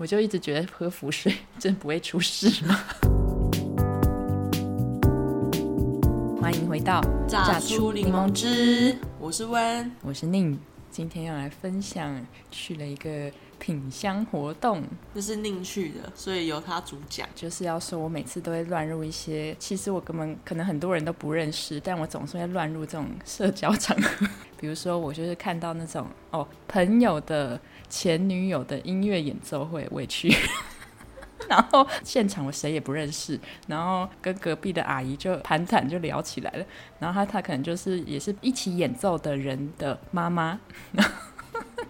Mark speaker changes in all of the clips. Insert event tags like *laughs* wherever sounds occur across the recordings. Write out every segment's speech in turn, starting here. Speaker 1: 我就一直觉得喝浮水 *laughs* 真不会出事吗？欢迎回到
Speaker 2: 榨出柠檬汁，我是温，
Speaker 1: 我是宁，今天要来分享去了一个品香活动，
Speaker 2: 这是宁去的，所以由他主讲。
Speaker 1: 就是要说我每次都会乱入一些，其实我根本可能很多人都不认识，但我总是会乱入这种社交场合。 *laughs* 比如说，我就是看到那种哦朋友的前女友的音乐演奏会，我也去。 *laughs* 然后现场我谁也不认识，然后跟隔壁的阿姨就盘谈就聊起来了。然后她她可能就是也是一起演奏的人的妈妈， *laughs* 然后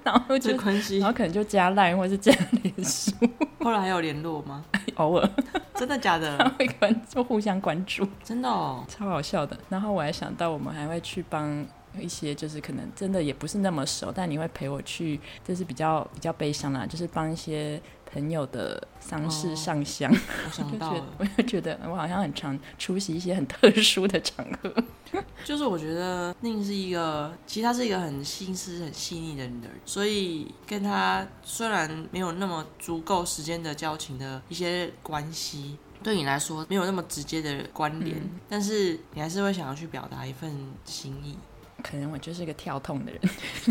Speaker 1: 然后就
Speaker 2: *laughs* *laughs* 这关系
Speaker 1: 然后可能就加 line 或是加脸书，
Speaker 2: 后来还有联络 *laughs* 吗？
Speaker 1: 偶尔
Speaker 2: 真的假
Speaker 1: 他
Speaker 2: 的？
Speaker 1: 会关就互相关
Speaker 2: *laughs*
Speaker 1: 注，
Speaker 2: 真的哦，
Speaker 1: 超好笑的。然后我还想到我们还会去帮。一些就是可能真的也不是那么熟，但你会陪我去，这是比较比较悲伤啦，就是帮一些朋友的丧事
Speaker 2: 哦
Speaker 1: 上香。
Speaker 2: 我
Speaker 1: 就
Speaker 2: 想
Speaker 1: 觉
Speaker 2: 到
Speaker 1: 得
Speaker 2: 了，
Speaker 1: 我就觉得我好像很常出席一些很特殊的场合。 *laughs*
Speaker 2: 就是我觉得宁是一个，其实他是一个很心思很细腻的人，所以跟他虽然没有那么足够时间的交情的一些关系。对你来说没有那么直接的关联，但是你还是会想要去表达一份心意，
Speaker 1: 可能我就是个跳痛的人。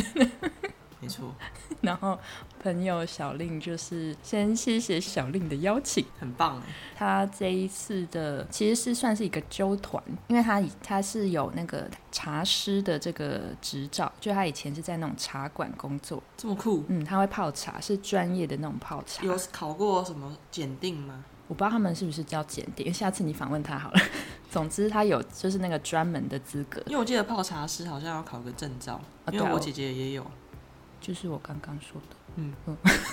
Speaker 1: *laughs*
Speaker 2: 没错，
Speaker 1: 然后朋友小令就是先谢谢小令的邀请，
Speaker 2: 很棒哎，
Speaker 1: 他这一次的其实是算是一个纠团，因为他以他是有那个茶师的这个执照，就他以前是在那种茶馆工作，
Speaker 2: 这么酷，
Speaker 1: 嗯，他会泡茶，是专业的那种泡茶。
Speaker 2: 有考过什么检定吗？
Speaker 1: 我不知道他们是不是叫检定，下次你访问他好了。 *laughs* 总之，他有就是那个专门的资格，
Speaker 2: 因为我记得泡茶师好像要考个证照，
Speaker 1: 啊
Speaker 2: 因
Speaker 1: 对
Speaker 2: 为
Speaker 1: 啊
Speaker 2: 我
Speaker 1: 我
Speaker 2: 姐姐也有。
Speaker 1: 就是我刚刚说的，
Speaker 2: 嗯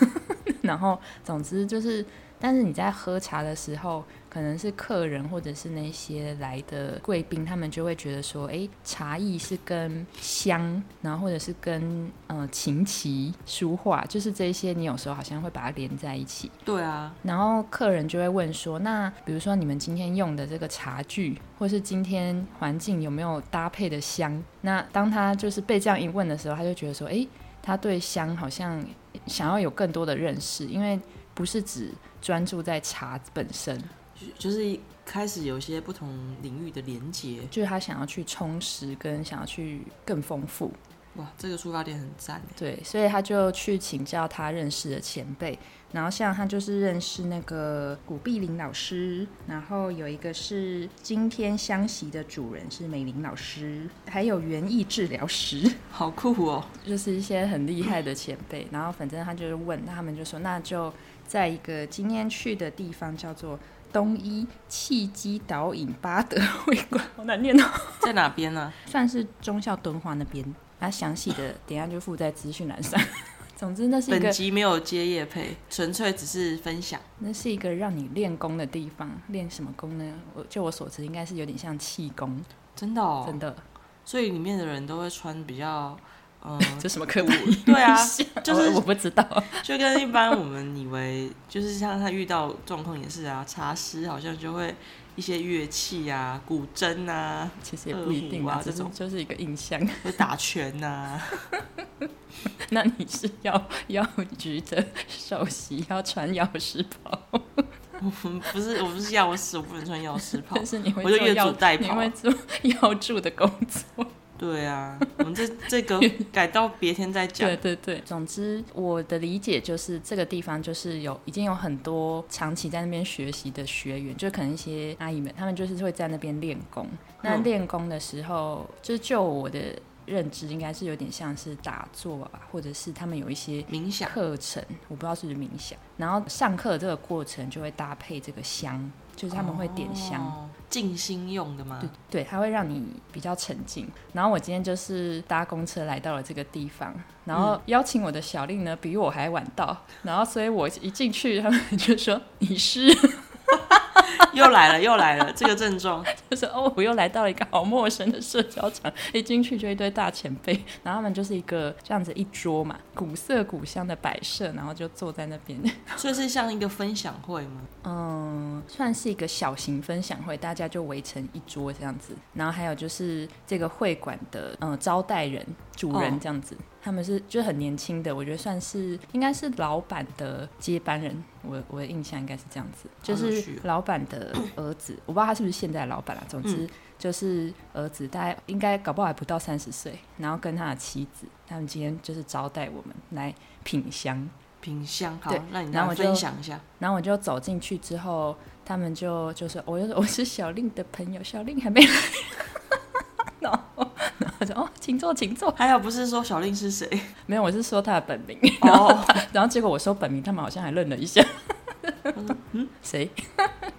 Speaker 1: *laughs* 然后总之就是，但是你在喝茶的时候，可能是客人或者是那些来的贵宾，他们就会觉得说，诶，茶艺是跟香，然后或者是跟呃琴棋书画，就是这些，你有时候好像会把它连在一起。
Speaker 2: 对啊，
Speaker 1: 然后客人就会问说，那比如说你们今天用的这个茶具，或是今天环境有没有搭配的香？那当他就是被这样一问的时候，他就觉得说，诶，他对香好像想要有更多的认识，因为不是只专注在茶本身，
Speaker 2: 就就是开始有一些不同领域的连接。
Speaker 1: 就是他想要去充实跟想要去更丰富。
Speaker 2: 哇，这个出发点很赞哎。
Speaker 1: 对，所以他就去请教他认识的前辈，然后像他就是认识那个古碧玲老师，然后有一个是今天相席的主人是美玲老师，还有园艺治疗师， *laughs*
Speaker 2: 好酷哦！
Speaker 1: 就是一些很厉害的前辈。然后反正他就是问，那他们就说那就在一个今天去的地方叫做东一气机导引巴德会馆，好难念哦。
Speaker 2: 在哪边啊 *laughs* 呢、
Speaker 1: 算是忠孝敦化那边。啊，详细的等一下就附在资讯栏上。 *laughs* 总之，那是一
Speaker 2: 本
Speaker 1: 个
Speaker 2: 集没有接业配，纯粹只是分享。
Speaker 1: 那是一个让你练功的地方。练什么功呢？我就我所知，应该是有点像气功，
Speaker 2: 真的哦，
Speaker 1: 真的。
Speaker 2: 所以里面的人都会穿比 *laughs* 较，嗯、
Speaker 1: 这什么 *laughs* 科目？
Speaker 2: 对啊，
Speaker 1: 就
Speaker 2: 就是是
Speaker 1: 我不知道。
Speaker 2: 就跟一般我们以为，就是像他遇到状况也是啊，茶师好像就会一些乐器啊，古筝啊，
Speaker 1: 其实也不一定
Speaker 2: 二胡啊
Speaker 1: 只是
Speaker 2: 这种
Speaker 1: 就是一个印象。 *laughs*
Speaker 2: 会打拳啊呐、
Speaker 1: 那你是药药局的首席，要穿药师袍，
Speaker 2: 不是，我不是药师，我不能穿药师袍
Speaker 1: *laughs* 但。是你会
Speaker 2: 我就
Speaker 1: 做
Speaker 2: 越
Speaker 1: 药
Speaker 2: 俎，代
Speaker 1: 你
Speaker 2: 庖
Speaker 1: 会做 *laughs* 药助的工作。
Speaker 2: 对啊，
Speaker 1: *laughs*
Speaker 2: 我们这这个改到别天再讲
Speaker 1: 对。对对，总之我的理解就是这个地方就是有已经有很多长期在那边学习的学员，就可能一些阿姨们，她们就是会在那边练功。那
Speaker 2: 嗯
Speaker 1: 练功的时候，就是就我的认知，应该是有点像是打坐啊，或者是他们有一些
Speaker 2: 冥想，
Speaker 1: 课程，我不知道是不是冥想。然后上课这个过程就会搭配这个香，就是他们会点香。
Speaker 2: 哦静心用的嘛
Speaker 1: 对。对，它会让你比较沉静。然后我今天就是搭公车来到了这个地方，然后邀请我的小令呢比我还晚到，然后所以我一进去，他们就说你是，
Speaker 2: *laughs*
Speaker 1: *laughs*
Speaker 2: 又来了，又来了，这个症状。
Speaker 1: 就说哦，我又来到了一个好陌生的社交场，一进去就一堆大前辈，然后他们就是一个这样子一桌嘛，古色古香的摆设，然后就坐在那边，
Speaker 2: 所以是像一个分享会吗？
Speaker 1: 嗯，算是一个小型分享会，大家就围成一桌这样子。然后还有就是这个会馆的嗯、呃招待人，主人
Speaker 2: 哦
Speaker 1: 这样子。他们是就很年轻的，我觉得算是应该是老板的接班人，我我的印象应该是这样子，就
Speaker 2: 好有
Speaker 1: 是
Speaker 2: 趣哦
Speaker 1: 老板的儿子，我不知道他是不是现在老板啦、总
Speaker 2: 嗯
Speaker 1: 之就是儿子，大概应该搞不好还不到三十岁，然后跟他的妻子，他们今天就是招待我们来品香，
Speaker 2: 品香好
Speaker 1: 对，
Speaker 2: 那你
Speaker 1: 然
Speaker 2: 来
Speaker 1: 后我就
Speaker 2: 分享一下。
Speaker 1: 然后我就走进去之后，他们就就说，我就说 *laughs* 我是小令的朋友，小令还没来， *laughs* 然后然后我就哦，请坐，请坐，
Speaker 2: 还有不是说小令是谁？
Speaker 1: 没有，我是说他的本名，
Speaker 2: 哦，
Speaker 1: 然后结果我说本名，他们好像还愣了一下，嗯， *laughs* 谁？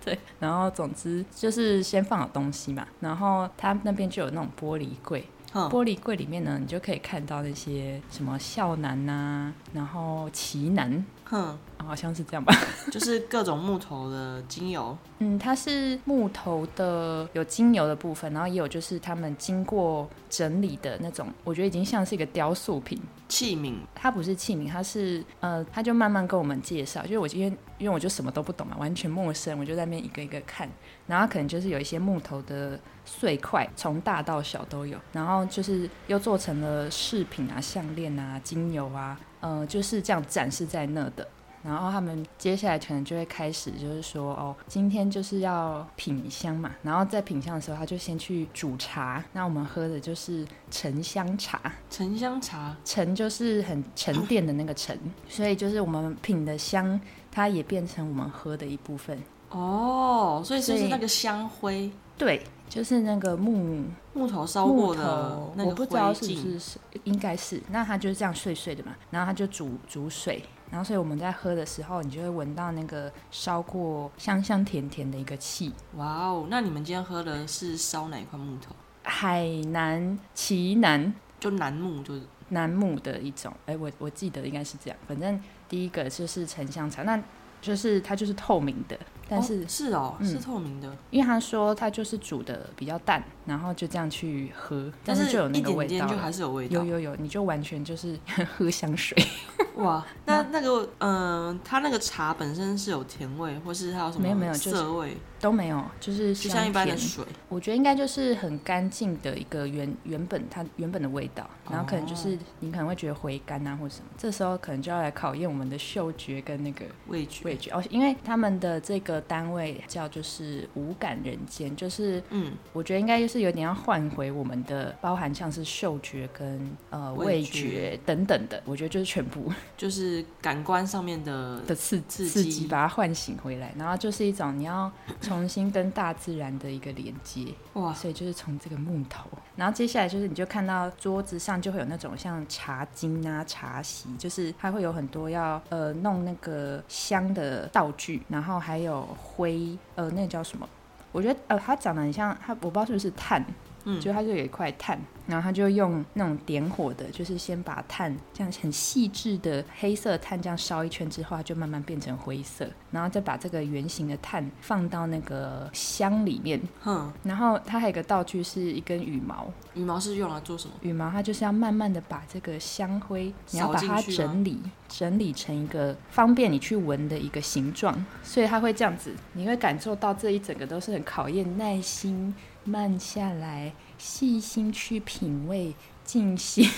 Speaker 1: 对，然后总之就是先放好东西嘛，然后他那边就有那种玻璃柜，
Speaker 2: 哼
Speaker 1: 玻璃柜里面呢，你就可以看到那些什么孝男呐、然后奇男、
Speaker 2: 哼，
Speaker 1: 哦好像是这样吧。
Speaker 2: 就是各种木头的精油。
Speaker 1: 嗯，它是木头的有精油的部分，然后也有就是他们经过整理的那种，我觉得已经像是一个雕塑品。
Speaker 2: 器皿，
Speaker 1: 它不是器皿，它是呃，他就慢慢跟我们介绍，就是我今天因为我就什么都不懂嘛，完全陌生，我就在那边一个一个看，然后它可能就是有一些木头的碎块，从大到小都有，然后就是又做成了饰品啊、项链啊、精油啊，呃，就是这样展示在那的。然后他们接下来可能就会开始，就是说哦，今天就是要品香嘛。然后在品香的时候，他就先去煮茶。那我们喝的就是沉香茶，
Speaker 2: 沉香茶，
Speaker 1: 沉就是很沉淀的那个沉，所以就是我们品的香，它也变成我们喝的一部分。
Speaker 2: 哦，所以就
Speaker 1: 所
Speaker 2: 是
Speaker 1: 以
Speaker 2: 那个香灰，
Speaker 1: 对，就是那个木
Speaker 2: 木头烧
Speaker 1: 木
Speaker 2: 过的
Speaker 1: 头，
Speaker 2: 那
Speaker 1: 我
Speaker 2: 个
Speaker 1: 不知
Speaker 2: 灰
Speaker 1: 道是
Speaker 2: 烬，
Speaker 1: 不是应该是，那它就是这样碎碎的嘛，然后它就煮煮水，然后所以我们在喝的时候，你就会闻到那个烧过香香甜甜的一个气。
Speaker 2: 哇哦，那你们今天喝的是烧哪一块木头？
Speaker 1: 海南奇楠
Speaker 2: 就楠木，就是
Speaker 1: 楠木的一种，哎、我我记得应该是这样，反正第一个就是沉香茶，那就是它就是透明的，但是
Speaker 2: 哦是哦，
Speaker 1: 嗯
Speaker 2: 是透明的，
Speaker 1: 因为他说他就是煮的比较淡，然后就这样去喝，但
Speaker 2: 是
Speaker 1: 就有那个味
Speaker 2: 一点
Speaker 1: 道
Speaker 2: 点就
Speaker 1: 了。
Speaker 2: 还是有味道
Speaker 1: 有。有有，你就完全就是 *laughs* 喝香水。 *laughs*
Speaker 2: 哇，那那个，嗯、它那个茶本身是有甜味，或是它有什么
Speaker 1: 没有没有就是
Speaker 2: 涩味，
Speaker 1: 都没有，就是
Speaker 2: 就像一
Speaker 1: 香
Speaker 2: 般的
Speaker 1: 甜。
Speaker 2: 水。
Speaker 1: 我觉得应该就是很干净的一个原原本它原本的味道，然后可能
Speaker 2: 哦
Speaker 1: 就是你可能会觉得回甘啊或者什么，这时候可能就要来考验我们的嗅觉跟那个
Speaker 2: 味觉。
Speaker 1: 味觉哦，因为他们的这个单位叫就是无感人间，就是
Speaker 2: 嗯，
Speaker 1: 我觉得应该就是有点要换回我们的包含像是嗅觉跟呃
Speaker 2: 味
Speaker 1: 味
Speaker 2: 觉
Speaker 1: 觉等等的，我觉得就是全部
Speaker 2: 就是感官上面的
Speaker 1: 的刺
Speaker 2: 刺
Speaker 1: 刺
Speaker 2: 激
Speaker 1: 激把它唤醒回来，然后就是一种你要重新跟大自然的一个连接，
Speaker 2: 哇，
Speaker 1: 所以就是从这个木头，然后接下来就是你就看到桌子上就会有那种像茶巾啊、茶席，就是它会有很多要呃弄那个香的道具，然后还有灰呃那叫什么？我觉得呃它长得很像它，我不知道是不是炭，
Speaker 2: 嗯
Speaker 1: 就它就有一块炭，然后它就用那种点火的，就是先把炭这样很细致的黑色炭这样烧一圈之后，它就慢慢变成灰色，然后再把这个圆形的炭放到那个香里面，
Speaker 2: 哼，
Speaker 1: 然后它还有一个道具是一根羽毛，
Speaker 2: 羽毛是用来做什么？
Speaker 1: 羽毛它就是要慢慢的把这个香灰，你要把
Speaker 2: 扫
Speaker 1: 它
Speaker 2: 进去吗
Speaker 1: 整理整理成一个方便你去闻的一个形状，所以它会这样子，你会感受到这一整个都是很考验耐心、慢下来、细心去品味、静 *laughs* 心。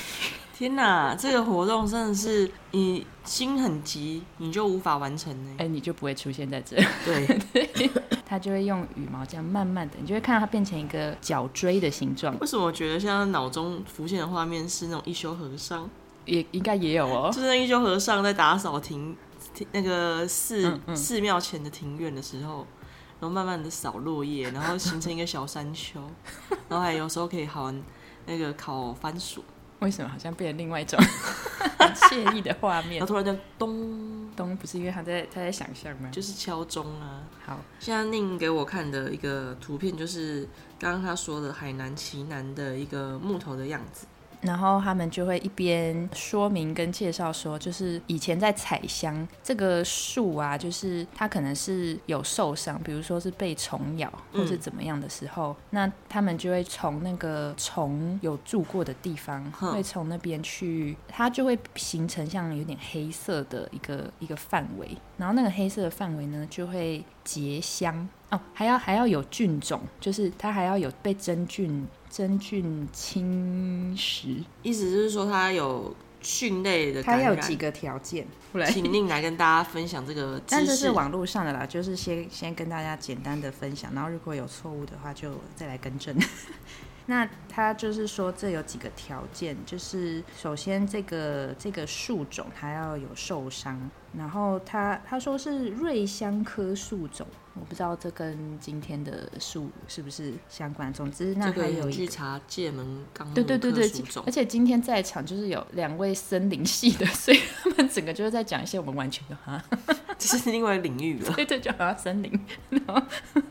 Speaker 2: 天哪，这个活动真的是你心很急，你就无法完成
Speaker 1: *laughs*
Speaker 2: 呢。
Speaker 1: 哎，你就不会出现在这，
Speaker 2: 对，
Speaker 1: 它就会用羽毛这样慢慢的，你就会看到它变成一个角锥的形状，
Speaker 2: 为什么我觉得现在脑中浮现的画面是那种一休和尚，
Speaker 1: 也应该也有哦
Speaker 2: 就。是那一休和尚在打扫庭庭那个寺、
Speaker 1: 嗯嗯
Speaker 2: 寺庙前的庭院的时候。然后慢慢的扫落叶，然后形成一个小
Speaker 1: *laughs*
Speaker 2: 山丘，然后还有时候可以好玩那个烤番薯，
Speaker 1: *laughs* 为什么好像变成另外一种 *laughs* 很惬意的画面
Speaker 2: 然后？突然就咚，
Speaker 1: 东不是因为他在他在想象吗？
Speaker 2: 就是敲钟啊。
Speaker 1: 好，
Speaker 2: 现在宁给我看的一个图片，就是刚刚他说的海南奇南的一个木头的样子。
Speaker 1: 然后他们就会一边说明跟介绍说，就是以前在采香这个树啊，就是它可能是有受伤，比如说是被虫咬
Speaker 2: 嗯
Speaker 1: 或是怎么样的时候，那他们就会从那个虫有住过的地方，
Speaker 2: 哼
Speaker 1: 会从那边去，它就会形成像有点黑色的一个一个范围，然后那个黑色的范围呢就会结香哦，还要还要有菌种，就是它还要有被真菌真菌侵蚀，
Speaker 2: 意思就是说它有菌类的
Speaker 1: 它
Speaker 2: 感
Speaker 1: 要
Speaker 2: 染。
Speaker 1: 有几个条件。来，
Speaker 2: 请令来跟大家分享这个
Speaker 1: 但
Speaker 2: 知
Speaker 1: 这
Speaker 2: 识
Speaker 1: 是。网络上的啦，就是先先跟大家简单的分享，然后如果有错误的话就再来更正。 *laughs* 那它就是说，这有几个条件，就是首先这个这个树种它要有受伤，然后它它说是瑞香科树种，我不知道这跟今天的树是不是相关。总之，那
Speaker 2: 这
Speaker 1: 还
Speaker 2: 个
Speaker 1: 有
Speaker 2: 有
Speaker 1: 一
Speaker 2: 去
Speaker 1: 个。
Speaker 2: 查界门纲目
Speaker 1: 对对对
Speaker 2: 科
Speaker 1: 对
Speaker 2: 属，种
Speaker 1: 而，且今天在场就是有两位森林系的， *laughs* 所以他们整个就是在讲一些我们完全 *laughs* 就哈
Speaker 2: *laughs* 这是另外领域了。
Speaker 1: 对对，就好像森林，然后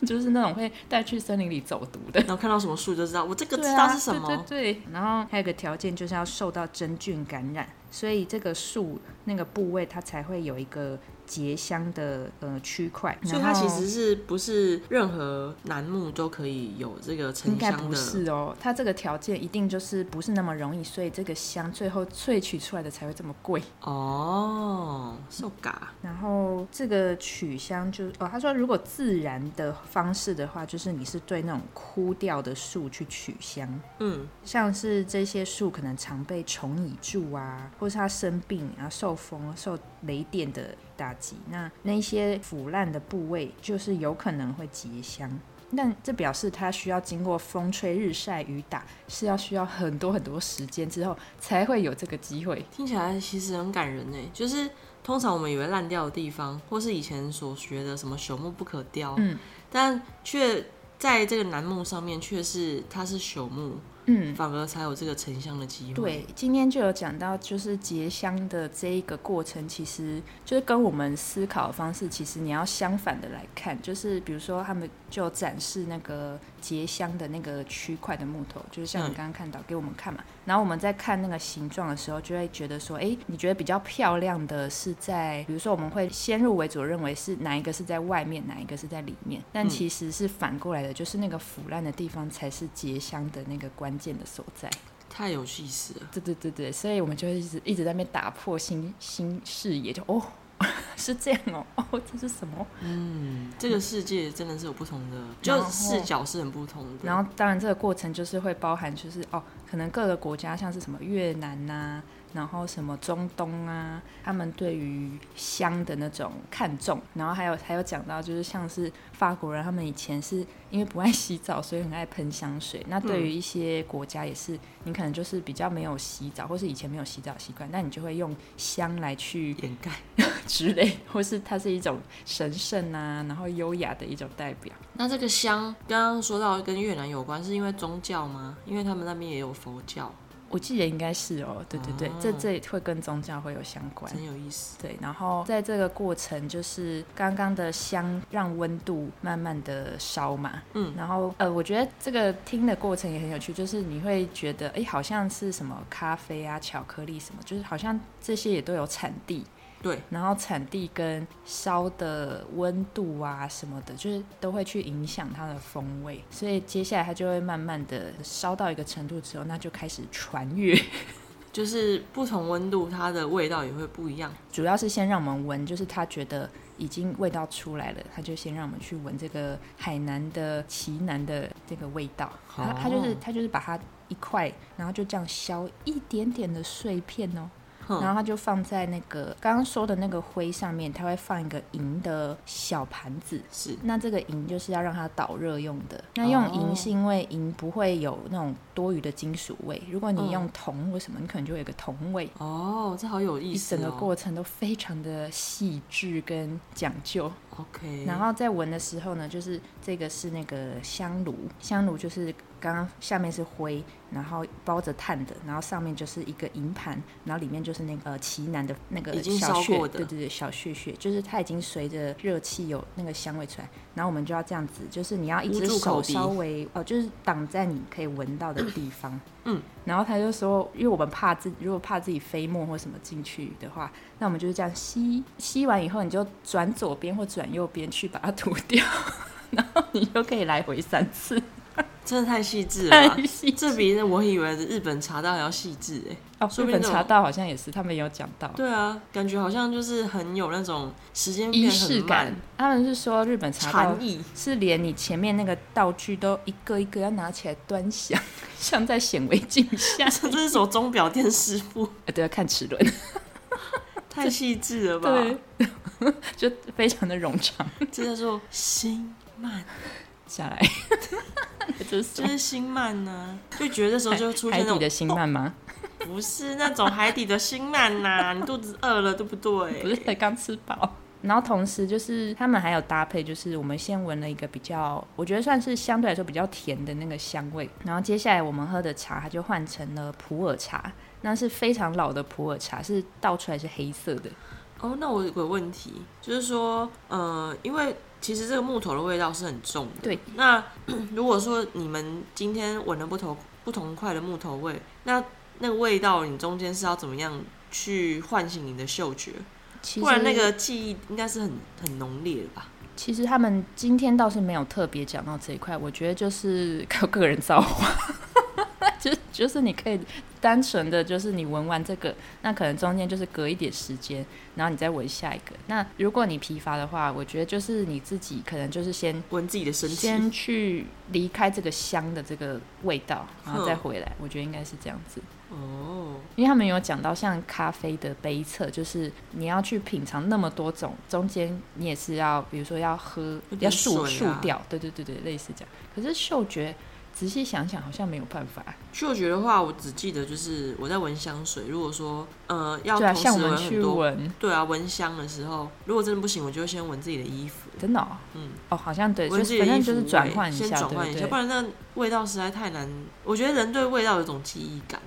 Speaker 1: 就是那种会带去森林里走读的。
Speaker 2: 然后看到什么树就知道，我这个知
Speaker 1: 对
Speaker 2: 道
Speaker 1: 啊
Speaker 2: 是什么。
Speaker 1: 对对对，然后还有个条件就是要受到真菌感染，所以这个树那个部位它才会有一个结香的呃区块。
Speaker 2: 所以
Speaker 1: 然
Speaker 2: 它
Speaker 1: 后
Speaker 2: 其实是不是任何楠木都可以有这个
Speaker 1: 应
Speaker 2: 沉
Speaker 1: 该
Speaker 2: 香
Speaker 1: 不
Speaker 2: 的？
Speaker 1: 是哦，它这个条件一定就是不是那么容易，所以这个香最后萃取出来的才会这么贵。
Speaker 2: 哦，受嘎，
Speaker 1: 然后这个取香就哦，他说如果自然的方式的话，就是你是对那种枯掉的树去取香。
Speaker 2: 嗯，
Speaker 1: 像是这些树可能常被虫蚁蛀啊，或是它生病啊、受风、受雷电的打击，那那一些腐烂的部位就是有可能会结香。但这表示它需要经过风吹日晒雨打，是要需要很多很多时间之后才会有这个机会。
Speaker 2: 听起来其实很感人呢。就是通常我们以为烂掉的地方，或是以前所学的什么朽木不可雕，
Speaker 1: 嗯，
Speaker 2: 但却在这个楠木上面却是它是朽木，
Speaker 1: 嗯，
Speaker 2: 反而才有这个沉香的机会。，
Speaker 1: 对，今天就有讲到，就是结香的这一个过程，其实就是跟我们思考的方式，其实你要相反的来看。就是比如说，他们就展示那个结香的那个区块的木头，就是像你
Speaker 2: 嗯
Speaker 1: 刚刚看到给我们看嘛。然后我们在看那个形状的时候，就会觉得说，哎，你觉得比较漂亮的是在，比如说我们会先入为主认为是哪一个是在外面，哪一个是在里面，但
Speaker 2: 嗯
Speaker 1: 其实是反过来的，就是那个腐烂的地方才是结香的那个关键的所在。
Speaker 2: 太有意思了。
Speaker 1: 对对对对，所以我们就一直一直在那边打破新新视野，就哦 *laughs* 是这样哦，哦这是什么？
Speaker 2: 嗯，这个世界真的是有不同的，
Speaker 1: 然
Speaker 2: 就
Speaker 1: 后
Speaker 2: 视角是很不同的。
Speaker 1: 然后当然这个过程就是会包含就是哦，可能各个国家像是什么越南呐、然后什么中东啊，他们对于香的那种看重，然后还有还有讲到就是像是法国人，他们以前是因为不爱洗澡，所以很爱喷香水。那对于一些国家也是，你可能就是比较没有洗澡，或是以前没有洗澡习惯，那你就会用香来去
Speaker 2: 掩盖。
Speaker 1: *laughs* 之类，或是它是一种神圣啊，然后优雅的一种代表。
Speaker 2: 那这个香刚刚说到跟越南有关，是因为宗教吗？因为他们那边也有佛教，
Speaker 1: 我记得应该是哦，对对对，
Speaker 2: 哦
Speaker 1: 这这会跟宗教会有相关。
Speaker 2: 真有意思。
Speaker 1: 对，然后在这个过程，就是刚刚的香让温度慢慢的烧嘛，
Speaker 2: 嗯，
Speaker 1: 然后呃，我觉得这个听的过程也很有趣，就是你会觉得，哎，好像是什么咖啡啊、巧克力什么，就是好像这些也都有产地，
Speaker 2: 对，
Speaker 1: 然后产地跟烧的温度啊什么的，就是都会去影响它的风味，所以接下来它就会慢慢的烧到一个程度之后，那就开始传阅。
Speaker 2: 就是不同温度，它的味道也会不一样。
Speaker 1: 主要是先让我们闻，就是他觉得已经味道出来了，他就先让我们去闻这个海南的奇南的这个味道。
Speaker 2: 哦
Speaker 1: 他他就是他就是把它一块，然后就这样削一点点的碎片哦，
Speaker 2: 哼
Speaker 1: 然后他就放在那个刚刚说的那个灰上面，他会放一个银的小盘子。
Speaker 2: 是
Speaker 1: 那这个银就是要让它导热用的。那用
Speaker 2: 哦
Speaker 1: 银是因为银不会有那种多余的金属味，如果
Speaker 2: 嗯
Speaker 1: 你用铜或什么，你可能就会有一个铜味。
Speaker 2: 哦，这好有意
Speaker 1: 一
Speaker 2: 思、哦。
Speaker 1: 整个过程都非常的细致跟讲究，
Speaker 2: OK，
Speaker 1: 然后在闻的时候呢，就是这个是那个香炉，香炉就是刚刚下面是灰，然后包着炭的，然后上面就是一个银盘，然后里面就是那个呃奇楠的那个
Speaker 2: 已经
Speaker 1: 小
Speaker 2: 烧
Speaker 1: 穴
Speaker 2: 过，的
Speaker 1: 对对对，小穴穴，就是它已经随着热气有那个香味出来，然后我们就要这样子，就是你要一
Speaker 2: 捂
Speaker 1: 只
Speaker 2: 住
Speaker 1: 手
Speaker 2: 口鼻
Speaker 1: 稍微呃，就是挡在你可以闻到的地方，
Speaker 2: 嗯，
Speaker 1: 然后他就说，因为我们怕自如果怕自己飞沫或什么进去的话，那我们就是这样吸，吸完以后你就转 *laughs* 左边或转右边去把它吐掉，然后你就可以来回三次。
Speaker 2: 真的太细致了吧
Speaker 1: 太，细致
Speaker 2: 啊这比我以为的日本茶道还要细致哎。
Speaker 1: 哦，
Speaker 2: 说
Speaker 1: 日
Speaker 2: 不定
Speaker 1: 本
Speaker 2: 那种
Speaker 1: 茶道好像也是，他们也有讲到
Speaker 2: 对啊，感觉好像就是很有那种时间
Speaker 1: 仪
Speaker 2: 变
Speaker 1: 式
Speaker 2: 很慢
Speaker 1: 感，。他们是说日本茶道
Speaker 2: 禅意。 *laughs*
Speaker 1: 是连你前面那个道具都一个一个要拿起来端详， *laughs* 像在显微镜下。
Speaker 2: 这是什么钟表店师傅？
Speaker 1: 呃对，要看齿轮，
Speaker 2: 太细致了吧？
Speaker 1: 对， *laughs* 就非常的冗长
Speaker 2: 这叫做心慢，
Speaker 1: 下来， *laughs* 这是
Speaker 2: 就是心慢呢、就觉得这时候就会出
Speaker 1: 海
Speaker 2: 现那
Speaker 1: 底的
Speaker 2: 种哦
Speaker 1: 星慢吗？
Speaker 2: 不是那种海底的心慢呐、你肚子饿了对不
Speaker 1: 不是
Speaker 2: 对？
Speaker 1: 才刚吃饱。然后同时就是他们还有搭配，就是我们先闻了一个比较，我觉得算是相对来说比较甜的那个香味。然后接下来我们喝的茶，它就换成了普洱茶，那是非常老的普洱茶，是倒出来是黑色的。
Speaker 2: 哦，那我有个问题，就是说，呃，因为其实这个木头的味道是很重的。
Speaker 1: 对。
Speaker 2: 那 *clears throat* 如果说你们今天闻了不同不同块的木头味，那那个味道你中间是要怎么样去唤醒你的嗅觉？
Speaker 1: 其
Speaker 2: 不
Speaker 1: 实
Speaker 2: 然那个记忆应该是很很浓烈的吧？
Speaker 1: 其实他们今天倒是没有特别讲到这一块，我觉得就是靠个人造化， *laughs* 就就是你可以单纯的就是你闻完这个，那可能中间就是隔一点时间，然后你再闻下一个。那如果你疲乏的话，我觉得就是你自己可能就是先
Speaker 2: 闻自己的身体。
Speaker 1: 先去离开这个香的这个味道，然后再
Speaker 2: 嗯
Speaker 1: 回来，我觉得应该是这样子。
Speaker 2: 哦，
Speaker 1: 因为他们有讲到像咖啡的杯测，就是你要去品尝那么多种，中间你也是要，比如说要喝，
Speaker 2: 有
Speaker 1: 要
Speaker 2: 点
Speaker 1: 漱
Speaker 2: 水啊
Speaker 1: 漱掉，对对对对，类似这样。可是嗅觉，仔细想想好像没有办法，
Speaker 2: 嗅觉的话，我只记得就是我在闻香水。如果说呃要
Speaker 1: 对啊，
Speaker 2: 同时
Speaker 1: 像我们
Speaker 2: 闻
Speaker 1: 去
Speaker 2: 很多，
Speaker 1: 闻，
Speaker 2: 对啊，闻香的时候，如果真的不行，我就会先闻自己的衣服，
Speaker 1: 真的哦，
Speaker 2: 嗯，
Speaker 1: 哦好像对，就
Speaker 2: 闻自
Speaker 1: 是
Speaker 2: 己的
Speaker 1: 反
Speaker 2: 衣
Speaker 1: 正
Speaker 2: 服
Speaker 1: 就是
Speaker 2: 味
Speaker 1: 转换一
Speaker 2: 先
Speaker 1: 下，
Speaker 2: 转
Speaker 1: 对
Speaker 2: 换一
Speaker 1: 不
Speaker 2: 下，
Speaker 1: 对
Speaker 2: 不？然那味道实在太难。我觉得人对味道有种记忆感，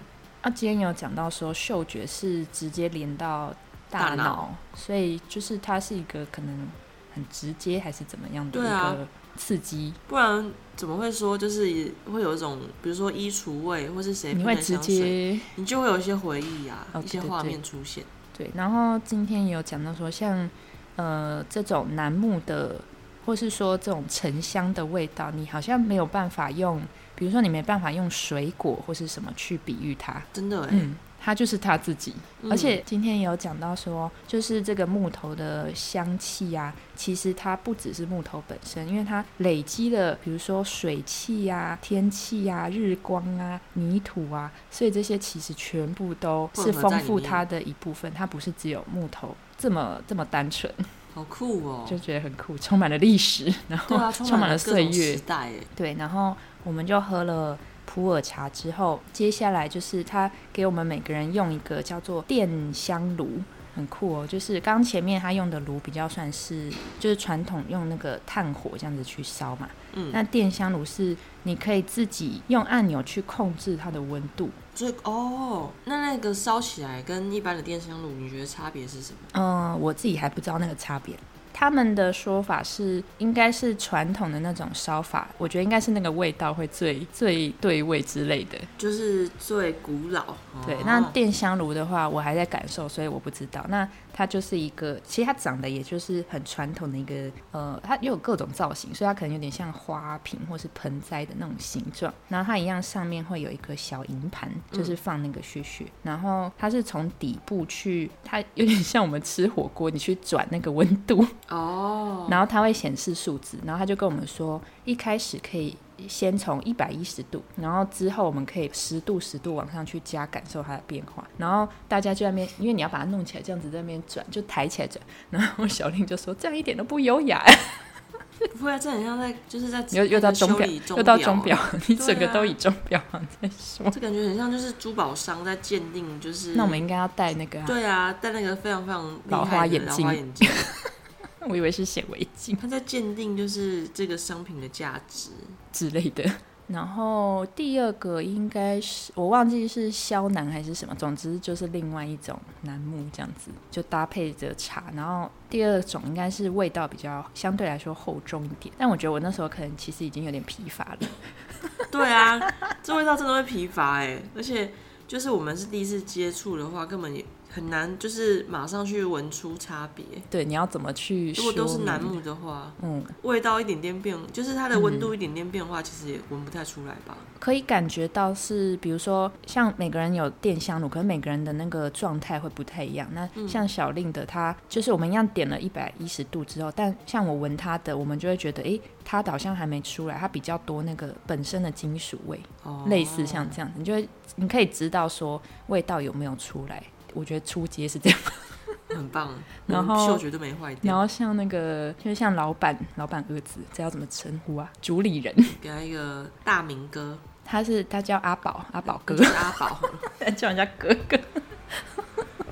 Speaker 1: 啊，今天有讲到说嗅觉是直接连到
Speaker 2: 大
Speaker 1: 大
Speaker 2: 脑
Speaker 1: 脑，所以就是它是一个可能很直接还是怎么样的一
Speaker 2: 对啊
Speaker 1: 个刺激，
Speaker 2: 不然怎么会说就是会有一种，比如说衣橱味，或是谁
Speaker 1: 你
Speaker 2: 喷
Speaker 1: 会
Speaker 2: 的
Speaker 1: 直
Speaker 2: 香水，
Speaker 1: 接。
Speaker 2: 你就会有一些回忆啊，
Speaker 1: 哦
Speaker 2: 一些
Speaker 1: 对对
Speaker 2: 画
Speaker 1: 对
Speaker 2: 面出现。
Speaker 1: 对，然后今天也有讲到说像，呃这种楠木的，或是说这种沉香的味道，你好像没有办法用，比如说你没办法用水果或是什么去比喻它，
Speaker 2: 真的哎、
Speaker 1: 嗯，它就是它自己。
Speaker 2: 嗯
Speaker 1: 而且今天也有讲到说，就是这个木头的香气啊，其实它不只是木头本身，因为它累积了，比如说水汽啊、天气啊、日光啊、泥土啊，所以这些其实全部都是
Speaker 2: 混合在
Speaker 1: 丰
Speaker 2: 里
Speaker 1: 富
Speaker 2: 面
Speaker 1: 它的一部分，它不是只有木头。这么这么单纯，
Speaker 2: 好酷哦、
Speaker 1: 就觉得很酷，充满了历史，然后
Speaker 2: 对
Speaker 1: *laughs*
Speaker 2: 啊，
Speaker 1: 充满了
Speaker 2: 各种
Speaker 1: 岁月
Speaker 2: 时，代哎。
Speaker 1: 对，然后我们就喝了普洱茶之后，接下来就是他给我们每个人用一个叫做电香炉，很酷哦。就是刚前面他用的炉比较算是就是传统用那个炭火这样子去烧嘛，
Speaker 2: 嗯
Speaker 1: 那电香炉是你可以自己用按钮去控制它的温度。
Speaker 2: 所以哦，那那个烧起来跟一般的电香炉，你觉得差别是什么？
Speaker 1: 嗯，我自己还不知道那个差别。他们的说法是，应该是传统的那种烧法，我觉得应该是那个味道会最最对味之类的。
Speaker 2: 就是最古老。
Speaker 1: 对
Speaker 2: 哦，
Speaker 1: 那电香炉的话，我还在感受，所以我不知道。那它就是一个，其实它长得也就是很传统的一个，呃，它又有各种造型，所以它可能有点像花瓶或是盆栽的那种形状。然后它一样上面会有一个小银盘，就是放那个屑屑。然后它是从底部去，它有点像我们吃火锅，你去转那个温度，
Speaker 2: 哦，
Speaker 1: 然后它会显示数字，然后他就跟我们说，一开始可以先从一百一十度，然后之后我们可以十度十度往上去加，感受它的变化。然后大家就在那边，因为你要把它弄起来，这样子在那边转，就抬起来转。 *laughs* 然后小令就说，这样一点都不优雅， *laughs*
Speaker 2: 不会啊，这很像在就是在
Speaker 1: 又又到
Speaker 2: 修
Speaker 1: 钟表
Speaker 2: 理，
Speaker 1: 又到钟表，， *laughs* 你
Speaker 2: 对
Speaker 1: 整个都
Speaker 2: 啊嗯
Speaker 1: 以钟表 *laughs* 行在说。
Speaker 2: 这感觉很像就是珠宝商在鉴定，就是
Speaker 1: 那我们应该要带那个、啊，
Speaker 2: 对啊，戴那个非常非常厉害的
Speaker 1: 老花眼
Speaker 2: 老
Speaker 1: 镜
Speaker 2: 花眼镜，
Speaker 1: 我以为是显微镜。
Speaker 2: 他在鉴定就是这个商品的价值。
Speaker 1: 之类的。 *laughs* 然后第二个应该是我忘记是萧楠还是什么，总之就是另外一种楠木这样子，就搭配着茶。然后第二种应该是味道比较相对来说厚重一点，但我觉得我那时候可能其实已经有点疲乏了。
Speaker 2: 对啊，欸这味道真的会疲乏哎、而且就是我们是第一次接触的话，根本也很难，就是马上去闻出差别。
Speaker 1: 对，你要怎么去
Speaker 2: 如果
Speaker 1: 说
Speaker 2: 都是楠
Speaker 1: 明
Speaker 2: 木的话，
Speaker 1: 嗯，
Speaker 2: 味道一点点变，就是它的温度一点点变化，其实也闻不太出来吧。
Speaker 1: 可以感觉到是，比如说像每个人有电香炉，可能每个人的那个状态会不太一样。那像小令的，它就是我们一样点了一百一十度之后，但像我闻它的，我们就会觉得，诶，它的好像还没出来，它比较多那个本身的金属味，
Speaker 2: 哦，
Speaker 1: 类似像这样，你就会你可以知道说味道有没有出来。我觉得初阶是这样。
Speaker 2: 很棒，
Speaker 1: 然
Speaker 2: 嗯
Speaker 1: 后
Speaker 2: 嗅觉都没坏
Speaker 1: 然
Speaker 2: 掉，
Speaker 1: 后像那个，就是像老板，老板儿子，这要怎么称呼啊？主理人，
Speaker 2: 给他一个大明哥，
Speaker 1: *laughs* 他是他叫阿宝，阿宝哥
Speaker 2: 就，是阿宝，
Speaker 1: *laughs* 叫人家哥哥。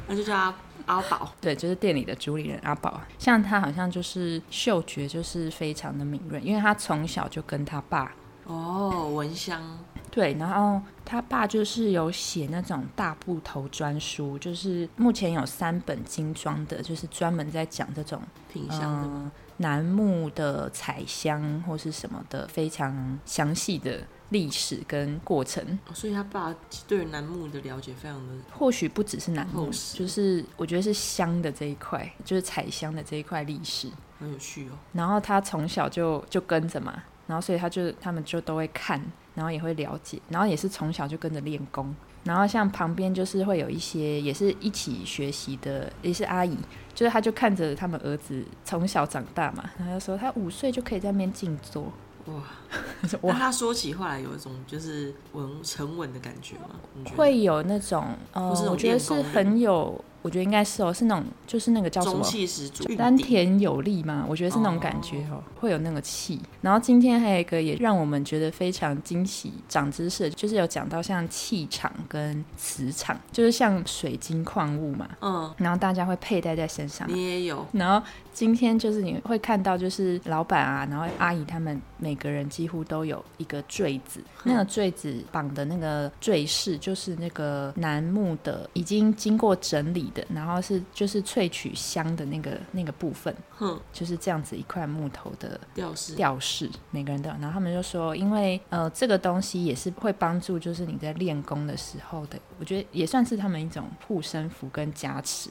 Speaker 2: 那就叫阿阿宝。
Speaker 1: 对，就是店里的主理人阿宝，啊像他好像就是嗅觉就是非常的敏锐，因为他从小就跟他爸
Speaker 2: 哦，蚊香，
Speaker 1: 对，然后他爸就是有写那种大部头专书，就是目前有三本精装的，就是专门在讲这种
Speaker 2: 品香的吗？
Speaker 1: 嗯楠木的采香或是什么的非常详细的历史跟过程。
Speaker 2: 哦所以他爸对楠木的了解非常的
Speaker 1: 或许不只是楠木
Speaker 2: 厚，实
Speaker 1: 就是我觉得是香的这一块，就是采香的这一块历史。
Speaker 2: 很有趣哦。
Speaker 1: 然后他从小就就跟着嘛，然后所以他就他们就都会看，然后也会了解，然后也是从小就跟着练功。然后像旁边就是会有一些也是一起学习的，也是阿姨，就是他就看着他们儿子从小长大嘛，然后他就说他五岁就可以在那边静坐，
Speaker 2: 哇，
Speaker 1: 我说
Speaker 2: 那
Speaker 1: 哇，
Speaker 2: 他说起话来有一种就是稳沉稳的感觉吗？你觉得
Speaker 1: 会有那种呃
Speaker 2: 不是那，种
Speaker 1: 我觉得
Speaker 2: 练功
Speaker 1: 是很有，我觉得应该是哦，是那种就是那个叫什
Speaker 2: 中
Speaker 1: 么
Speaker 2: 气十足，韵
Speaker 1: 丹
Speaker 2: 底
Speaker 1: 田有力嘛，我觉得是那种感觉哦，会有那个气。然后今天还有一个也让我们觉得非常惊喜、长知识的，就是有讲到像气场跟磁场，就是像水晶矿物嘛，
Speaker 2: 嗯，
Speaker 1: 然后大家会佩戴在身上。
Speaker 2: 你也有
Speaker 1: 然后今天就是你会看到，就是老板啊，然后阿姨他们每个人几乎都有一个坠子，那个坠子绑的那个坠饰就是那个楠木的，已经经过整理的，然后是就是萃取香的那个那个部分，
Speaker 2: 哼
Speaker 1: 就是这样子一块木头的
Speaker 2: 吊饰，
Speaker 1: 吊饰，每个人都有。然后他们就说，因为呃，这个东西也是会帮助，就是你在练功的时候的，我觉得也算是他们一种护身符跟加持。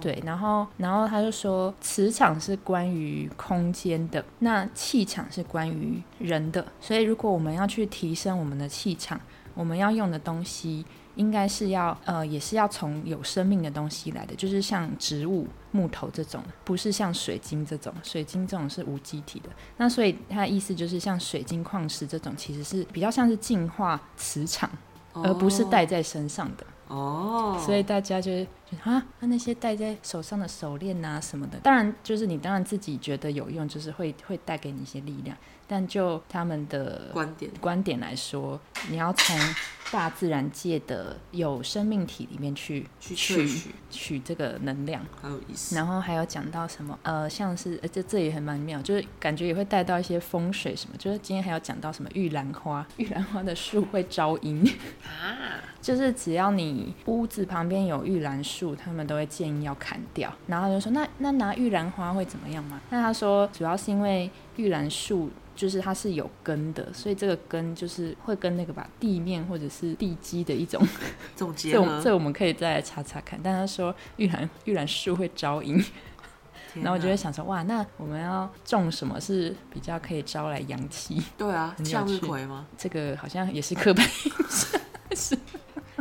Speaker 1: 对，然后然后他就说，磁场是关于空间的，那气场是关于人的，所以如果我们要去提升我们的气场，我们要用的东西。应该是要呃，也是要从有生命的东西来的，就是像植物、木头这种，不是像水晶这种。水晶这种是无机体的，那所以它的意思就是，像水晶矿石这种，其实是比较像是净化磁场，而呃不是戴在身上的。
Speaker 2: 哦，
Speaker 1: 所以大家就会觉得啊，那那些戴在手上的手链啊什么的，当然就是你当然自己觉得有用，就是会会带给你一些力量，但就他们的
Speaker 2: 观点
Speaker 1: 观点来说，你要从大自然界的有生命体里面去
Speaker 2: 去
Speaker 1: 取
Speaker 2: 萃取，
Speaker 1: 取这个能量。
Speaker 2: 好有意思。
Speaker 1: 然后还有讲到什么呃，像是呃这这也很蛮妙，就是感觉也会带到一些风水什么，就是今天还有讲到什么玉兰花，玉兰花的树会招阴， *laughs*
Speaker 2: 啊，
Speaker 1: 就是只要你屋子旁边有玉兰树，他们都会建议要砍掉。然后他就说那那拿玉兰花会怎么样嘛？那他说主要是因为玉兰树。就是它是有根的，所以这个根就是会跟那个吧地面或者是地基的一种，
Speaker 2: 这种
Speaker 1: 这
Speaker 2: 结
Speaker 1: 我
Speaker 2: 合，
Speaker 1: 这我们可以再来查查看。但他说玉兰玉兰树会招阴，
Speaker 2: 天
Speaker 1: 然后我就会
Speaker 2: 哪
Speaker 1: 想说，哇，那我们要种什么是比较可以招来阳气？ *laughs*
Speaker 2: 对啊，
Speaker 1: 很有
Speaker 2: 向日
Speaker 1: 趣
Speaker 2: 葵吗？
Speaker 1: 这个好像也是刻板。 *laughs*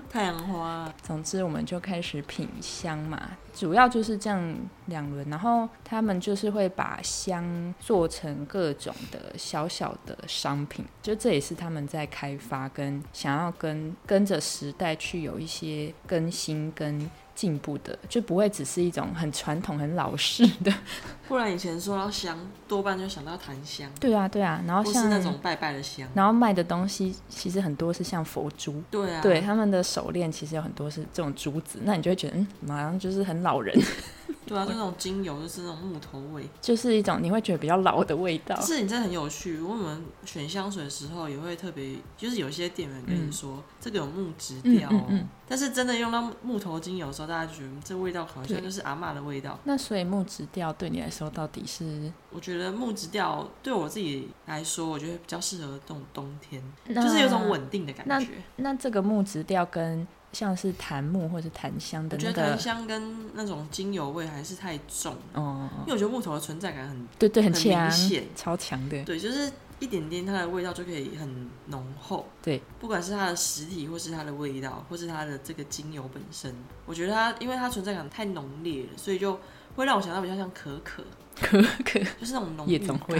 Speaker 2: 太阳花，啊
Speaker 1: 总之，我们就开始品香嘛，主要就是这样两轮。然后他们就是会把香做成各种的小小的商品，就这也是他们在开发跟想要跟跟着时代去有一些更新跟。进步的就不会只是一种很传统、很老式的， *laughs*
Speaker 2: 不然以前说到香，多半就想到檀香，
Speaker 1: 对啊，对啊。然后
Speaker 2: 不是
Speaker 1: 像
Speaker 2: 那种拜拜的香。
Speaker 1: 然后卖的东西其实很多是像佛珠，
Speaker 2: 对啊，
Speaker 1: 对，他们的手链其实有很多是这种珠子，那你就会觉得，嗯，马上就是很老人， *laughs*
Speaker 2: 对啊，就那种精油就是那种木头味。
Speaker 1: 就是一种你会觉得比较老的味道
Speaker 2: 但。是你真的很有趣，我们选香水的时候也会特别，就是有一些店员跟你说、这个有木质调、
Speaker 1: 嗯
Speaker 2: 哦
Speaker 1: 嗯嗯
Speaker 2: 但是真的用到木头精油的时候，大家觉得嗯这味道好
Speaker 1: 对
Speaker 2: 像就是阿嬷的味道。
Speaker 1: 那所以木质调对你来说到底是
Speaker 2: 我觉得木质调对我自己来说，我觉得比较适合这种冬天，
Speaker 1: 就
Speaker 2: 就是有种。稳定的感觉。
Speaker 1: 那这个木质调跟像是檀木或者檀香的
Speaker 2: 我觉
Speaker 1: 那
Speaker 2: 得
Speaker 1: 个
Speaker 2: 檀，香跟那种精油味还是太重，
Speaker 1: 哦，
Speaker 2: 因为我觉得木头的存在感很
Speaker 1: 对对，很
Speaker 2: 很明
Speaker 1: 强，
Speaker 2: 显
Speaker 1: 超强的， *laughs*
Speaker 2: 对，就是一点点它的味道就可以很浓厚。
Speaker 1: 对，
Speaker 2: 不管是它的实体，或是它的味道，或是它的这个精油本身，我觉得它因为它存在感太浓烈了，所以就会让我想到比较像可可，
Speaker 1: 可可
Speaker 2: 就是那种浓
Speaker 1: 夜
Speaker 2: 郁
Speaker 1: 总
Speaker 2: 感、
Speaker 1: 会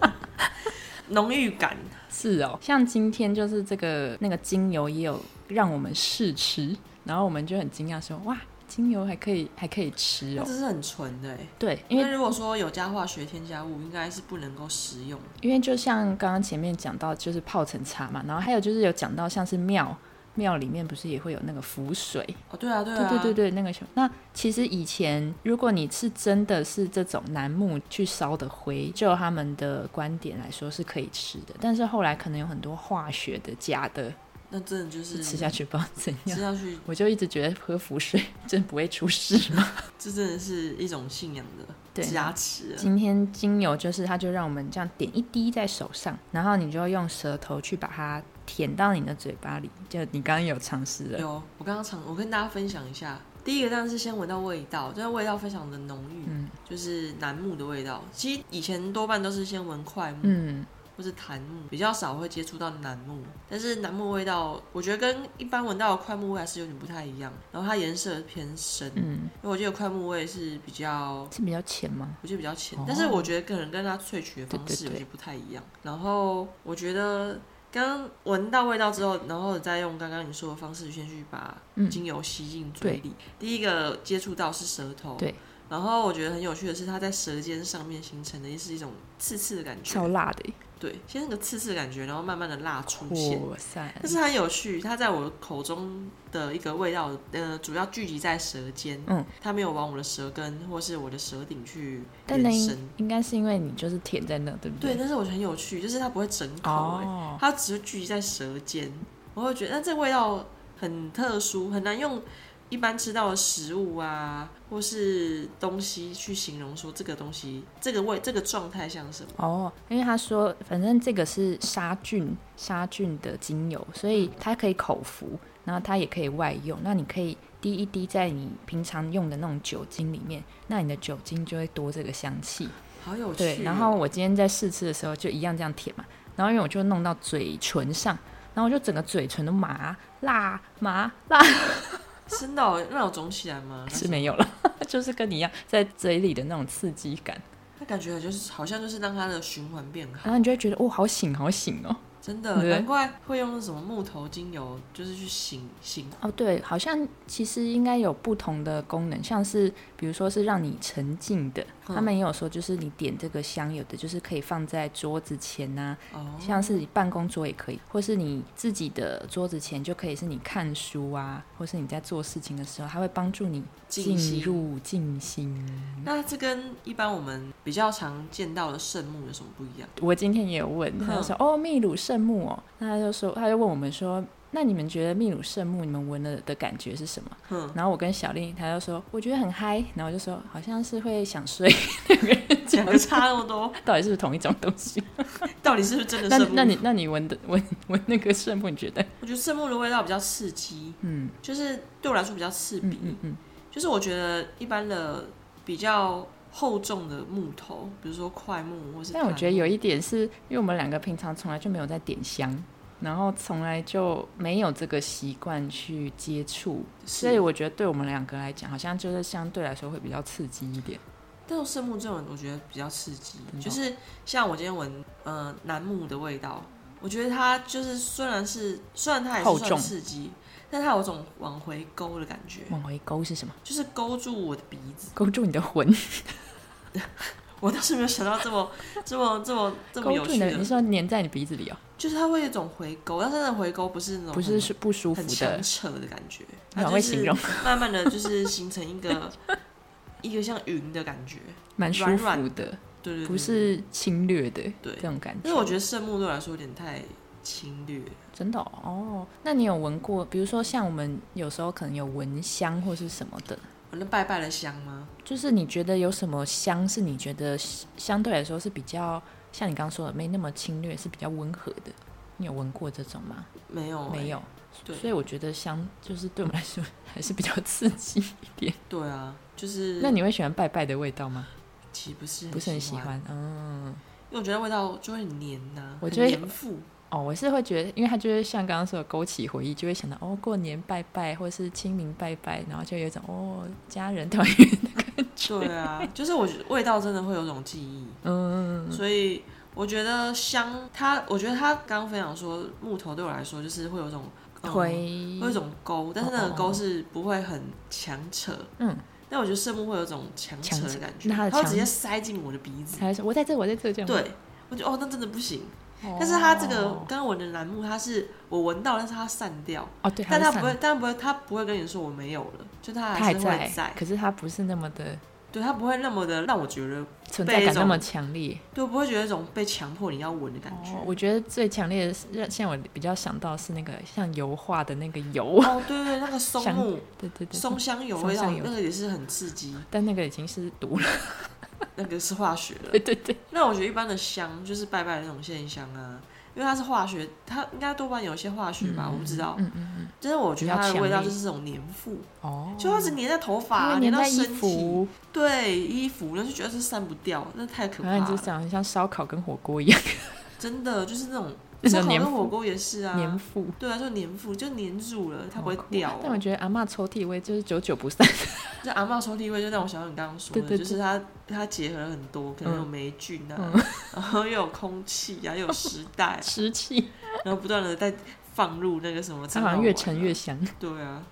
Speaker 2: 啊。浓郁感，
Speaker 1: 是哦，像今天就是这个那个精油也有让我们试吃，然后我们就很惊讶说，哇，精油还可以还可以吃
Speaker 2: 它
Speaker 1: 哦
Speaker 2: 只，是很纯的欸。
Speaker 1: 对，因
Speaker 2: 因
Speaker 1: 为
Speaker 2: 为如果说有加化学添加物，应该是不能够食用。
Speaker 1: 因为就像刚刚前面讲到，就是泡成茶嘛，然后还有就是有讲到像是庙庙里面不是也会有那个符水，
Speaker 2: 哦，对啊，对
Speaker 1: 对
Speaker 2: 啊，
Speaker 1: 对对对，那个什么，那其实以前如果你是真的是这种楠木去烧的灰，就他们的观点来说是可以吃的，但是后来可能有很多化学的假的，
Speaker 2: 那真的就是
Speaker 1: 吃下去不知道怎样
Speaker 2: 吃。下去，
Speaker 1: 我就一直觉得喝符水 *laughs* 真不会出事嘛。
Speaker 2: 这真的是一种信仰的
Speaker 1: 对
Speaker 2: 加持啊。
Speaker 1: 今天精油就是它就让我们这样点一滴在手上，然后你就用舌头去把它舔到你的嘴巴里，就你刚刚有尝试了。
Speaker 2: 有，我刚刚尝，我跟大家分享一下。第一个当然是先闻到味道，这个味道非常的浓郁，
Speaker 1: 嗯
Speaker 2: 就是楠木的味道。其实以前多半都是先闻块木、
Speaker 1: 嗯，
Speaker 2: 或是檀木，比较少会接触到楠木。但是楠木味道，我觉得跟一般闻到的块木味还是有点不太一样。然后它颜色偏深，
Speaker 1: 嗯，
Speaker 2: 因为我记得块木味是比较
Speaker 1: 是比较浅吗？
Speaker 2: 我觉得比较浅，
Speaker 1: 哦
Speaker 2: 但是我觉得可能跟它萃取的方
Speaker 1: 对对
Speaker 2: 式有
Speaker 1: 对
Speaker 2: 些不太一样。然后我觉得刚闻到味道之后，然后再用刚刚你说的方式先去把
Speaker 1: 嗯
Speaker 2: 精油吸进嘴里。第一个接触到是舌头，
Speaker 1: 对。
Speaker 2: 然后我觉得很有趣的是，它在舌尖上面形成的是一种刺刺的感觉，
Speaker 1: 超辣的耶，
Speaker 2: 对，先那个刺刺的感觉，然后慢慢的辣出现。
Speaker 1: 哇塞！
Speaker 2: 但是它很有趣，它在我口中的一个味道，呃，主要聚集在舌尖，
Speaker 1: 嗯，
Speaker 2: 它没有往我的舌根或是我的舌顶去
Speaker 1: 但那
Speaker 2: 延
Speaker 1: 应
Speaker 2: 伸。
Speaker 1: 应该是因为你就是舔在那，对不
Speaker 2: 对，
Speaker 1: 对？
Speaker 2: 但是我觉得很有趣，就是它不会整口、欸，
Speaker 1: 哦，
Speaker 2: 它只是聚集在舌尖。我会觉得，那这味道很特殊，很难用一般吃到的食物啊，或是东西去形容说这个东西、这个味、这个状态像什么。
Speaker 1: 哦，因为他说，反正这个是杀菌杀菌的精油，所以它可以口服，然后它也可以外用。那你可以滴一滴在你平常用的那种酒精里面，那你的酒精就会多这个香气。
Speaker 2: 好有趣哦、
Speaker 1: 对，然后我今天在试吃的时候就一样这样舔嘛，然后因为我就弄到嘴唇上，然后我就整个嘴唇都麻辣麻辣，
Speaker 2: 真的、哦、让我肿起来吗？
Speaker 1: 是没有了， *laughs* 就是跟你一样在嘴里的那种刺激感，
Speaker 2: 那感觉就是好像就是让它的循环变好，
Speaker 1: 然后你就会觉得哦，好醒好醒哦。
Speaker 2: 真的，
Speaker 1: 对
Speaker 2: 难怪会用什么木头精油，就是去醒醒
Speaker 1: 哦，对，好像其实应该有不同的功能，像是比如说是让你沉浸的，
Speaker 2: 嗯
Speaker 1: 他们也有说就是你点这个香，有的就是可以放在桌子前呐、
Speaker 2: 哦，
Speaker 1: 像是你办公桌也可以，或是你自己的桌子前就可以是你看书啊，或是你在做事情的时候，它会帮助你
Speaker 2: 静
Speaker 1: 进
Speaker 2: 心
Speaker 1: 入静心。
Speaker 2: 那这跟一般我们比较常见到的圣木有什么不一样？
Speaker 1: 我今天也有问，他就说、
Speaker 2: 嗯
Speaker 1: 哦，秘鲁圣木哦，那他就说，他就问我们说，那你们觉得秘鲁圣木你们闻了的感觉是什么？
Speaker 2: 哼，
Speaker 1: 然后我跟小丽，她就说我觉得很嗨，然后我就说好像是会想睡，
Speaker 2: *laughs* 讲个差那么多，
Speaker 1: 到底是不是同一种东
Speaker 2: *laughs*
Speaker 1: 西？
Speaker 2: 到底是不是真的
Speaker 1: 那
Speaker 2: 圣木？
Speaker 1: 那你那你闻的 *laughs* 闻闻那个圣木，你觉得？
Speaker 2: 我觉得圣木的味道比较刺激，
Speaker 1: 嗯
Speaker 2: 就是对我来说比较刺
Speaker 1: 嗯
Speaker 2: 鼻。
Speaker 1: 嗯嗯，
Speaker 2: 就是我觉得一般的比较厚重的木头，比如说块木或是檀
Speaker 1: 但
Speaker 2: 木，
Speaker 1: 我觉得有一点是因为我们两个平常从来就没有在点香。然后从来就没有这个习惯去接触，
Speaker 2: 是
Speaker 1: 所以我觉得对我们两个来讲，好像就是相对来说会比较刺激一点。
Speaker 2: 但是圣木这种我觉得比较刺激，
Speaker 1: 真的哦
Speaker 2: 就是像我今天闻呃楠木的味道，我觉得它就是虽然是虽然它也
Speaker 1: 厚
Speaker 2: 是算
Speaker 1: 重
Speaker 2: 刺激，但它有种往回勾的感觉，
Speaker 1: 往回勾是什么？
Speaker 2: 就是勾住我的鼻子。
Speaker 1: 勾住你的魂，
Speaker 2: 我倒是没有想到这么这么这么 *laughs* 这么
Speaker 1: 勾
Speaker 2: 有
Speaker 1: 住
Speaker 2: 趣
Speaker 1: 你
Speaker 2: 的
Speaker 1: 的，，你说粘在你鼻子里哦，
Speaker 2: 就是它会有一种回勾，但是那种回勾不是那种
Speaker 1: 不是是不舒
Speaker 2: 很
Speaker 1: 服
Speaker 2: 很
Speaker 1: 的
Speaker 2: 强，扯的感觉，它
Speaker 1: 你好
Speaker 2: 就
Speaker 1: 会
Speaker 2: 是
Speaker 1: 形容，
Speaker 2: *laughs* 慢慢的就是形成一个一个像云的感觉，
Speaker 1: 蛮舒
Speaker 2: 软软
Speaker 1: 服的。
Speaker 2: 对对对，
Speaker 1: 不是侵略的
Speaker 2: 对
Speaker 1: 这种感觉。
Speaker 2: 但是我觉得圣木对我来说有点太侵略，
Speaker 1: 真的哦哦，那你有闻过？比如说像我们有时候可能有蚊香或是什么的，
Speaker 2: 那拜拜的香吗？
Speaker 1: 就是你觉得有什么香是你觉得相对来说是比较像你刚刚说的没那么侵略，是比较温和的？你有闻过这种吗？
Speaker 2: 没有、欸
Speaker 1: 没，有，
Speaker 2: 哦哎对
Speaker 1: 所以我觉得相就是对我们来说 *laughs* 还是比较刺激一点。
Speaker 2: 对啊，就是
Speaker 1: 那你会喜欢拜拜的味道吗？
Speaker 2: 其实不是
Speaker 1: 不是很
Speaker 2: 喜
Speaker 1: 喜，欢，嗯。
Speaker 2: 因为我觉得味道就会很黏呐、
Speaker 1: 我
Speaker 2: 很
Speaker 1: 觉得
Speaker 2: 黏附，
Speaker 1: 哦，我是会觉得，因为他就是像刚刚说的勾起回忆，就会想到哦，过年拜拜，或是清明拜拜，然后就有一种哦，家人团圆 *laughs* 的感觉。
Speaker 2: 对啊， *laughs* 就是我味道真的会有种记忆，
Speaker 1: 嗯，
Speaker 2: 所以我觉得香，它我觉得它刚刚分享说木头对我来说就是会有一种、嗯
Speaker 1: 回
Speaker 2: 会有一种勾，但是那
Speaker 1: 哦
Speaker 2: 个
Speaker 1: 哦
Speaker 2: 勾是不会很强扯，
Speaker 1: 嗯，
Speaker 2: 但我觉得圣木会有一种强扯
Speaker 1: 强扯
Speaker 2: 的感觉，
Speaker 1: 那它的
Speaker 2: 它会
Speaker 1: 强
Speaker 2: 直接塞进我的鼻子，
Speaker 1: 才说我在这，我在这这样。，
Speaker 2: 对我觉得哦，那真的不行。但是它这个
Speaker 1: 哦，
Speaker 2: 刚刚闻的楠木，它是我闻到，但是它散掉，
Speaker 1: 哦对，
Speaker 2: 但它
Speaker 1: 它
Speaker 2: 不
Speaker 1: 散
Speaker 2: 会，，但不会，它不会跟你说我没有了，就它
Speaker 1: 它
Speaker 2: 还
Speaker 1: 还
Speaker 2: 是会
Speaker 1: 在，可是它不是那么的
Speaker 2: 对，它不会那么的让我觉得，
Speaker 1: 存
Speaker 2: 被
Speaker 1: 在
Speaker 2: 一
Speaker 1: 感那
Speaker 2: 种
Speaker 1: 么强烈。
Speaker 2: 对，不会觉得一种被强迫你要闻的感觉。
Speaker 1: 哦，我觉得最强烈的是，让现在我比较想到是那个像油画的那个油， *laughs*
Speaker 2: 哦，对对，那个松
Speaker 1: 香
Speaker 2: 木、
Speaker 1: 对对对，
Speaker 2: 松香油
Speaker 1: 松
Speaker 2: 味道
Speaker 1: 香，油
Speaker 2: 那个也是很
Speaker 1: *laughs*
Speaker 2: 刺激，
Speaker 1: 但那个已经是毒了。
Speaker 2: 那个是化学的
Speaker 1: 对。对对，
Speaker 2: 那我觉得一般的香就是拜拜的那种线香啊，因为它是化学，它应该多半有一些化学吧，我不知道。
Speaker 1: 嗯嗯嗯，
Speaker 2: 但是我觉得
Speaker 1: 比较
Speaker 2: 它的
Speaker 1: 强
Speaker 2: 味道
Speaker 1: 烈
Speaker 2: 就是这种粘附，
Speaker 1: 哦，
Speaker 2: 就它是粘在头发、
Speaker 1: 因为
Speaker 2: 粘
Speaker 1: 粘
Speaker 2: 到
Speaker 1: 在衣
Speaker 2: 身体，
Speaker 1: 服。
Speaker 2: 对衣服，那就觉得是散不掉，那太可怕
Speaker 1: 然后你就
Speaker 2: 了。
Speaker 1: 长得像烧烤跟火锅一样，
Speaker 2: 真的就是那种
Speaker 1: 那
Speaker 2: 烧
Speaker 1: 种
Speaker 2: 烤
Speaker 1: 粘
Speaker 2: 跟
Speaker 1: 附
Speaker 2: 火锅也是啊，
Speaker 1: 粘附。
Speaker 2: 对啊，就粘附就粘住了，它不会
Speaker 1: 好酷
Speaker 2: 掉哦、
Speaker 1: 但我觉得阿嬷抽屉味就是久久不
Speaker 2: *laughs*
Speaker 1: 散。
Speaker 2: 就阿嬷抽屉味，就让我想到你刚刚说的，
Speaker 1: 对对对
Speaker 2: 就是它它结合了很多，可能有
Speaker 1: 嗯
Speaker 2: 霉菌啊，
Speaker 1: 嗯
Speaker 2: *laughs* 然后又有空气啊，又有时代，
Speaker 1: 湿气，
Speaker 2: 然后不断的在放入那个什么
Speaker 1: 它
Speaker 2: 蟑
Speaker 1: 好
Speaker 2: 螂丸啊，
Speaker 1: 像越沉越香，
Speaker 2: 对啊。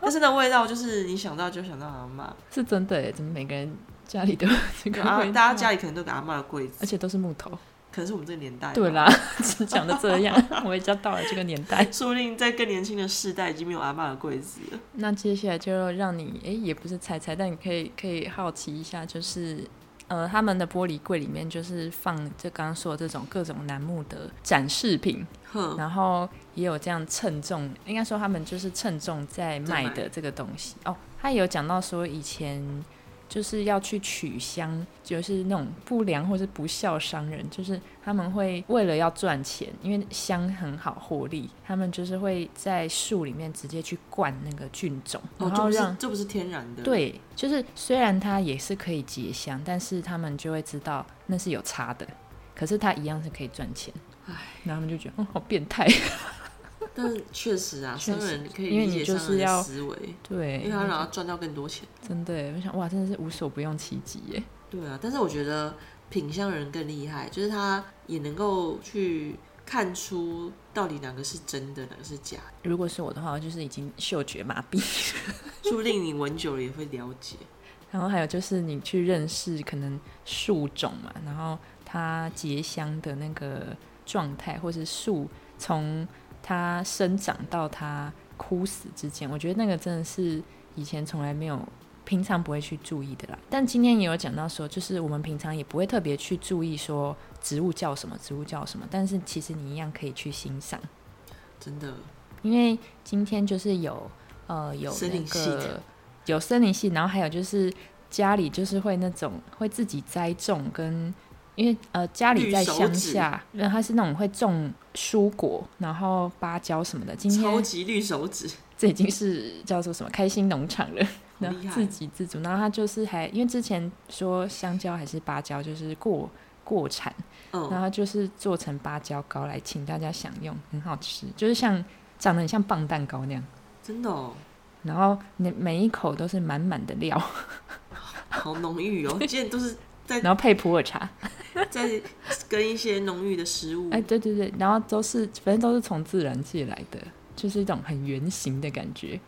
Speaker 2: 但是那味道就是你想到就想到阿嬷，
Speaker 1: 是真的耶！怎么每个人家里都有这个
Speaker 2: 就阿
Speaker 1: 味道？
Speaker 2: 啊大家家里可能都有个阿嬷的柜
Speaker 1: 而
Speaker 2: 子，
Speaker 1: 且都是木头。
Speaker 2: 可能是我们这个年代，
Speaker 1: 对，啦， *laughs* 只讲的这
Speaker 2: *laughs*
Speaker 1: 样，我也知道到了这个年代。
Speaker 2: 说不定在更年轻的世代已经没有阿嬷的柜子了。
Speaker 1: 那接下来就让你，哎，也不是猜猜，但你可以可以好奇一下，就是。呃，他们的玻璃柜里面就是放就刚刚说的这种各种楠木的展示品，
Speaker 2: 哼，
Speaker 1: 然后也有这样称重，应该说他们就是称重在卖的这个东西哦。他也有讲到说，以前就是要去取香，就是那种不良或是不孝商人，就是他们会为了要赚钱，因为香很好获利，他们就是会在树里面直接去灌那个菌种，
Speaker 2: 哦
Speaker 1: 然，
Speaker 2: 这
Speaker 1: 后
Speaker 2: 不
Speaker 1: 让、
Speaker 2: 是这不是天然的，，
Speaker 1: 对，就是虽然它也是可以结香，但是他们就会知道那是有差的，可是它一样是可以赚钱。
Speaker 2: 唉
Speaker 1: 然后他们就觉得，嗯，好变
Speaker 2: *laughs*
Speaker 1: 态。
Speaker 2: 但是确实啊，
Speaker 1: 确
Speaker 2: 商
Speaker 1: 实
Speaker 2: 人可以
Speaker 1: 因为
Speaker 2: 理
Speaker 1: 你
Speaker 2: 解
Speaker 1: 就
Speaker 2: 商人
Speaker 1: 是
Speaker 2: 的
Speaker 1: 要
Speaker 2: 思维，
Speaker 1: 对，
Speaker 2: 因为他想要赚到更多钱。
Speaker 1: 真的耶，我想哇，真的是无所不用其极耶。
Speaker 2: 对啊，但是我觉得品相人更厉害，就是他也能够去看出到底哪个是真的，哪个是假的。
Speaker 1: 如果是我的话，我就是已经嗅觉麻痹。
Speaker 2: 说不定你闻久了也会了解。
Speaker 1: 然后还有就是你去认识可能树种嘛，然后它结香的那个状态，或是树从它生长到它枯死之间，我觉得那个真的是以前从来没有。平常不会去注意的啦，但今天也有讲到说，就是我们平常也不会特别去注意说植物叫什么，植物叫什么，但是其实你一样可以去欣赏。
Speaker 2: 真的，
Speaker 1: 因为今天就是有呃有
Speaker 2: 森
Speaker 1: 那
Speaker 2: 林系
Speaker 1: 个
Speaker 2: 的
Speaker 1: 有森林系，然后还有就是家里就是会那种会自己栽种跟。因为呃，家里
Speaker 2: 绿
Speaker 1: 在
Speaker 2: 手
Speaker 1: 乡
Speaker 2: 指
Speaker 1: 下，然后他是那种会种蔬果，然后芭蕉什么的。今
Speaker 2: 超
Speaker 1: 天
Speaker 2: 级绿手指，
Speaker 1: 这已经是叫做什么开心农场了，
Speaker 2: 好
Speaker 1: 然
Speaker 2: 厉
Speaker 1: 后
Speaker 2: 害
Speaker 1: 自给自足。然后他就是还因为之前说香蕉还是芭蕉就是过过产，然
Speaker 2: 嗯，
Speaker 1: 后就是做成芭蕉糕来请大家享用，很好吃，就是像长得很像棒蛋糕那样。
Speaker 2: 真的哦，
Speaker 1: 然后每每一口都是满满的料， *laughs*
Speaker 2: 好浓郁哦。今天都是
Speaker 1: 然后配普洱茶，
Speaker 2: 在跟一些浓郁的食物
Speaker 1: 哎，，对对对，然后都是反正都是从自然界来的，就是一种很原型的感觉，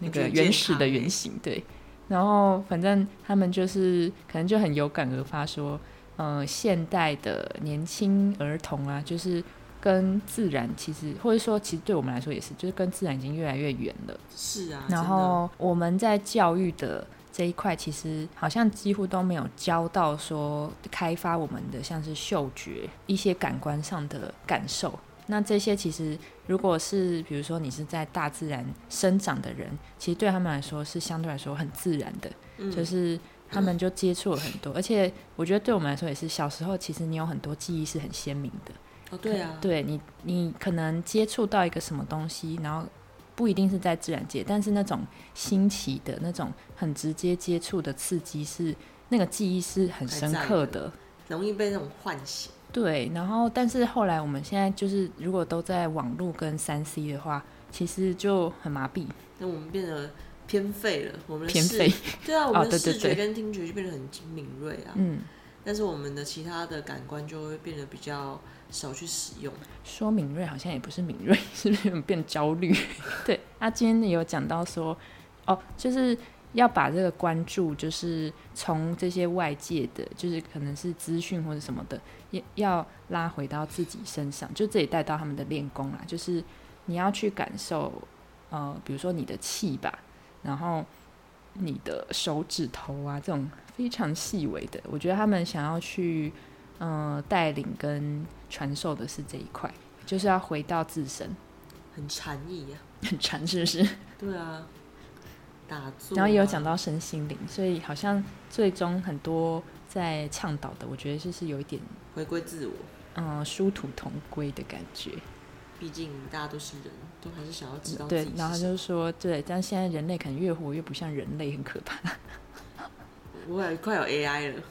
Speaker 1: 那
Speaker 2: 我觉得
Speaker 1: 个
Speaker 2: 很
Speaker 1: 原始的
Speaker 2: 健康
Speaker 1: 原型，对。然后反正他们就是可能就很有感而发说，呃，现代的年轻儿童啊，就是跟自然其实，或者说其实对我们来说也是，就是跟自然已经越来越远了。
Speaker 2: 是啊，
Speaker 1: 然后我们在教育的这一块，其实好像几乎都没有教到说开发我们的像是嗅觉一些感官上的感受。那这些其实，如果是比如说你是在大自然生长的人，其实对他们来说是相对来说很自然的，
Speaker 2: 真的，
Speaker 1: 就
Speaker 2: 嗯，
Speaker 1: 是他们就接触了很多，而且我觉得对我们来说也是，小时候其实你有很多记忆是很鲜明的，
Speaker 2: 哦，对啊，
Speaker 1: 对你，你可能接触到一个什么东西，然后不一定是在自然界，但是那种新奇的那种很直接接触的刺激是那个记忆是很深刻
Speaker 2: 还在
Speaker 1: 的。
Speaker 2: 容易被那种唤醒。
Speaker 1: 对，然后但是后来我们现在就是如果都在网络跟三 C 的话，其实就很麻痹、
Speaker 2: 那我们变得偏废了，我们的
Speaker 1: 偏
Speaker 2: 视 *laughs*
Speaker 1: 废。哦
Speaker 2: 对啊，我们
Speaker 1: 对
Speaker 2: 的
Speaker 1: 对
Speaker 2: 视觉
Speaker 1: 对
Speaker 2: 跟听觉就变得很敏锐啊，
Speaker 1: 嗯，
Speaker 2: 但是我们的其他的感官就会变得比较少去使用。
Speaker 1: 说敏锐好像也不是敏锐， *laughs* 是不是有点变焦虑？对，他今天也有讲到说，哦，就是要把这个关注，就是从这些外界的，就是可能是资讯或者什么的，也要拉回到自己身上，就这也带到他们的练功啦，就是你要去感受，呃，比如说你的气吧，然后你的手指头啊，这种非常细微的，我觉得他们想要去，呃，带领跟传授的是这一块，就是要回到自身， *laughs*
Speaker 2: 很禅意啊，
Speaker 1: 很禅是不是？
Speaker 2: 对啊，打坐、啊
Speaker 1: 然后也有讲，到身心灵，所以好像最终很多在倡导的，我觉得就是有一点
Speaker 2: 回归自我，
Speaker 1: 嗯殊途同归的感觉。
Speaker 2: 毕竟大家都是人，都还是想要知道哦自
Speaker 1: 对
Speaker 2: 己，
Speaker 1: 然后
Speaker 2: 是
Speaker 1: 他
Speaker 2: 谁
Speaker 1: 就说，对，但现在人类可能越活越不像人类，很可怕。 *laughs*
Speaker 2: 我也快有 AI 了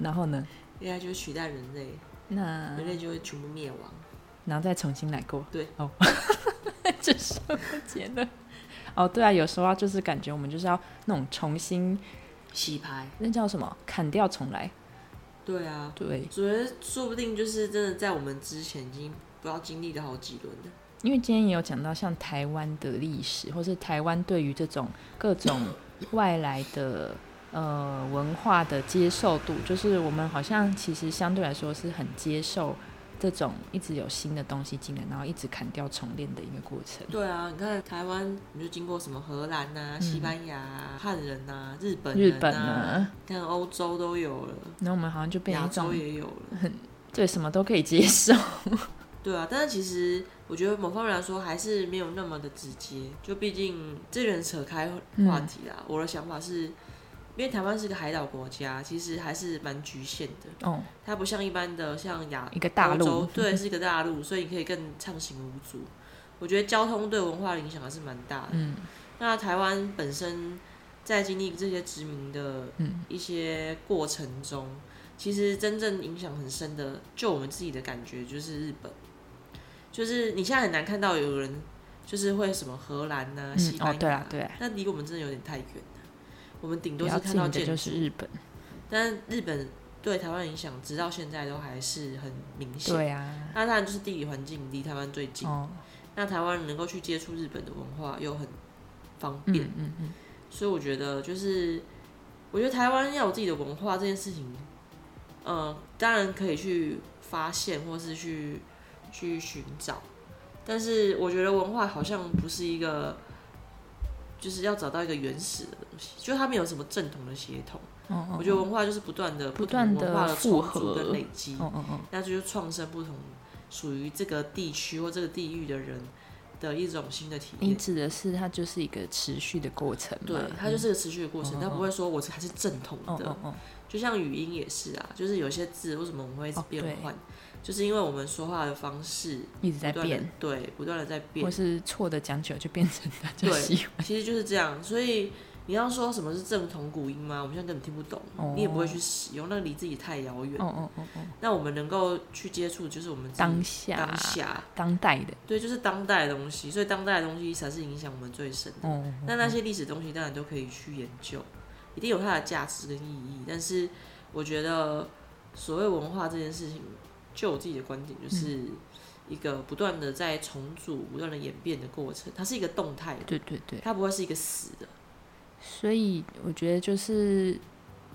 Speaker 1: 然后呢，
Speaker 2: ，AI 就会取代人类，
Speaker 1: 那
Speaker 2: 人类就会全部灭亡。
Speaker 1: 然后再重新来过。
Speaker 2: 对，
Speaker 1: 哦， *laughs* 这是我结论。哦，对啊，有时候啊就是感觉我们就是要那种重新，
Speaker 2: 洗牌，
Speaker 1: 那叫什么？砍掉重来。
Speaker 2: 对啊，
Speaker 1: 对，
Speaker 2: 觉得说不定就是真的在我们之前已经不知道经历了好几轮了。
Speaker 1: 因为今天也有讲到像台湾的历史，或是台湾对于这种各种外来的呃文化的接受度，就是我们好像其实相对来说是很接受这种一直有新的东西进来，然后一直砍掉重练的一个过程。
Speaker 2: 对啊，你看台湾，你就经过什么荷兰啊、
Speaker 1: 嗯
Speaker 2: 西班牙、啊、汉人啊、日本
Speaker 1: 日
Speaker 2: 人
Speaker 1: 本
Speaker 2: 啊，
Speaker 1: 呢，
Speaker 2: 看欧洲都有了，
Speaker 1: 然后我们好像就变成
Speaker 2: 亚
Speaker 1: 一
Speaker 2: 洲
Speaker 1: 种
Speaker 2: 也有了。
Speaker 1: 对什么都可以接受。
Speaker 2: 对啊，但是其实我觉得某方面来说还是没有那么的直接，就毕竟这人扯开话题啦。我的想法是，因为台湾是个海岛国家，其实还是蛮局限的。
Speaker 1: 哦，
Speaker 2: 它不像一般的像亚
Speaker 1: 一个大陆
Speaker 2: *laughs* 欧洲对，是一个大陆， *laughs* 所以你可以更畅行无阻。我觉得交通对文化的影响还是蛮大的。
Speaker 1: 嗯，
Speaker 2: 那台湾本身在经历这些殖民的
Speaker 1: 嗯
Speaker 2: 一些过程中，其实真正影响很深的，就我们自己的感觉就是日本，就是你现在很难看到有人就是会什么荷兰呐、
Speaker 1: 嗯
Speaker 2: 西班牙、
Speaker 1: 哦对啊对啊，
Speaker 2: 那离我们真的有点太远了。我们
Speaker 1: 比
Speaker 2: 顶多
Speaker 1: 较
Speaker 2: 是看
Speaker 1: 近
Speaker 2: 到
Speaker 1: 的
Speaker 2: 建
Speaker 1: 就
Speaker 2: 筑，
Speaker 1: 是日本。
Speaker 2: 但日本对台湾影响直到现在都还是很明显。
Speaker 1: 对啊，
Speaker 2: 那当然就是地理环境离台湾最近，
Speaker 1: 哦，
Speaker 2: 那台湾能够去接触日本的文化又很方便，
Speaker 1: 嗯嗯嗯，
Speaker 2: 所以我觉得就是，我觉得台湾要有自己的文化这件事情，呃，当然可以去发现或是去去寻找，但是我觉得文化好像不是一个，就是要找到一个原始的东西，就它没有什么正统的协同。
Speaker 1: 哦哦，
Speaker 2: 我觉得文化就是不断的
Speaker 1: 不断地
Speaker 2: 文化的
Speaker 1: 复
Speaker 2: 重组
Speaker 1: 合
Speaker 2: 跟累积，
Speaker 1: 哦哦哦，
Speaker 2: 那就是创生不同属于这个地区或这个地域的人的一种新的体
Speaker 1: 你
Speaker 2: 验。嗯
Speaker 1: 指的是它就是一个持续的过程嘛，
Speaker 2: 对，它就是个持续的过程，
Speaker 1: 嗯
Speaker 2: 它不会说我还是正统
Speaker 1: 嗯。哦
Speaker 2: 的
Speaker 1: 哦。哦，
Speaker 2: 就像语音也是啊，就是有些字为什么我们会一直
Speaker 1: 哦
Speaker 2: 变
Speaker 1: 对
Speaker 2: 换，就是因为我们说话的方式
Speaker 1: 一直
Speaker 2: 不
Speaker 1: 在
Speaker 2: 断的
Speaker 1: 变，
Speaker 2: 对，不断的在变
Speaker 1: 或，是错的讲久就变成大家
Speaker 2: 对
Speaker 1: 喜欢。
Speaker 2: 其实就是这样。所以你要说什么是正统古音吗？我们现在根本听不懂，
Speaker 1: 哦
Speaker 2: 你也不会去使用，那离自己太遥远。
Speaker 1: 哦哦哦哦，
Speaker 2: 那我们能够去接触，就是我们自己
Speaker 1: 当下
Speaker 2: 当下
Speaker 1: 当代的
Speaker 2: 对，就是当代的东西，所以当代的东西才是影响我们最深的。
Speaker 1: 哦，
Speaker 2: 那那些历史东西当然都可以去研究，一定有它的价值跟意义。但是我觉得，所谓文化这件事情，就我自己的观
Speaker 1: 嗯
Speaker 2: 点，就是一个不断的在重组、不断的演变的过程，它是一个动态的，
Speaker 1: 对对对，
Speaker 2: 它不会是一个死的。
Speaker 1: 所以我觉得就是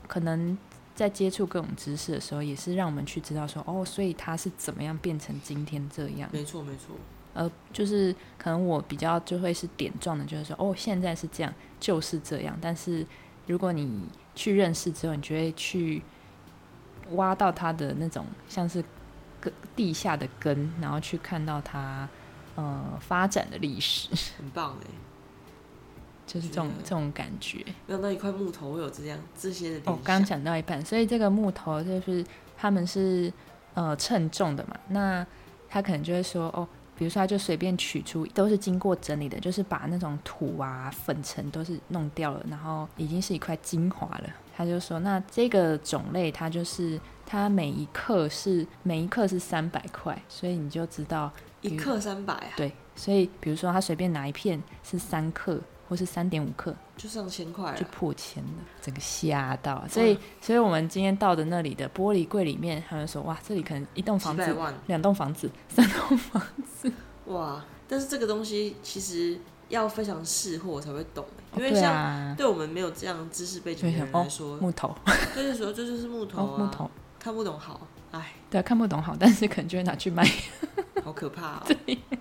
Speaker 1: 可能在接触各种知识的时候，也是让我们去知道说哦，所以它是怎么样变成今天这样。
Speaker 2: 没错，没错，
Speaker 1: 呃，就是可能我比较就会是点状的，就是说哦，现在是这样，就是这样。但是如果你去认识之后，你就会去挖到它的那种像是根地下的根，然后去看到它呃发展的历史， *laughs*
Speaker 2: 很棒哎！
Speaker 1: 就是这种
Speaker 2: 是的
Speaker 1: 这种感觉。
Speaker 2: 没想到一块木头会有这样这些的联想。
Speaker 1: 哦，刚刚讲到一半，所以这个木头就是他们是呃称重的嘛，那他可能就会说哦。比如说，他就随便取出，都是经过整理的，就是把那种土啊、粉尘都是弄掉了，然后已经是一块精华了。他就说，那这个种类它就是它每一克是每一克是三百块，所以你就知道
Speaker 2: 一克三百啊，
Speaker 1: 对。所以比如说，他随便拿一片是三克或是三点五克，
Speaker 2: 就上千块
Speaker 1: 就
Speaker 2: 了。
Speaker 1: 破千了，整个吓到。所以，所以我们今天到的那里的玻璃柜里面，他们说，哇，这里可能一栋房
Speaker 2: 几百
Speaker 1: 子、
Speaker 2: 万
Speaker 1: 两栋房子、三栋房子。
Speaker 2: 哇！但是这个东西其实要非常识货才会懂，因为
Speaker 1: 对
Speaker 2: 像
Speaker 1: 啊，
Speaker 2: 对我们没有这样知识背景的人
Speaker 1: 就想
Speaker 2: 来说，
Speaker 1: 木头，
Speaker 2: 就是说这就是木头
Speaker 1: 哦，
Speaker 2: 啊，
Speaker 1: 木头，
Speaker 2: 看不懂好，哎，
Speaker 1: 对啊，看不懂好，但是可能就会拿去卖，
Speaker 2: 好可
Speaker 1: *laughs*
Speaker 2: 怕哦！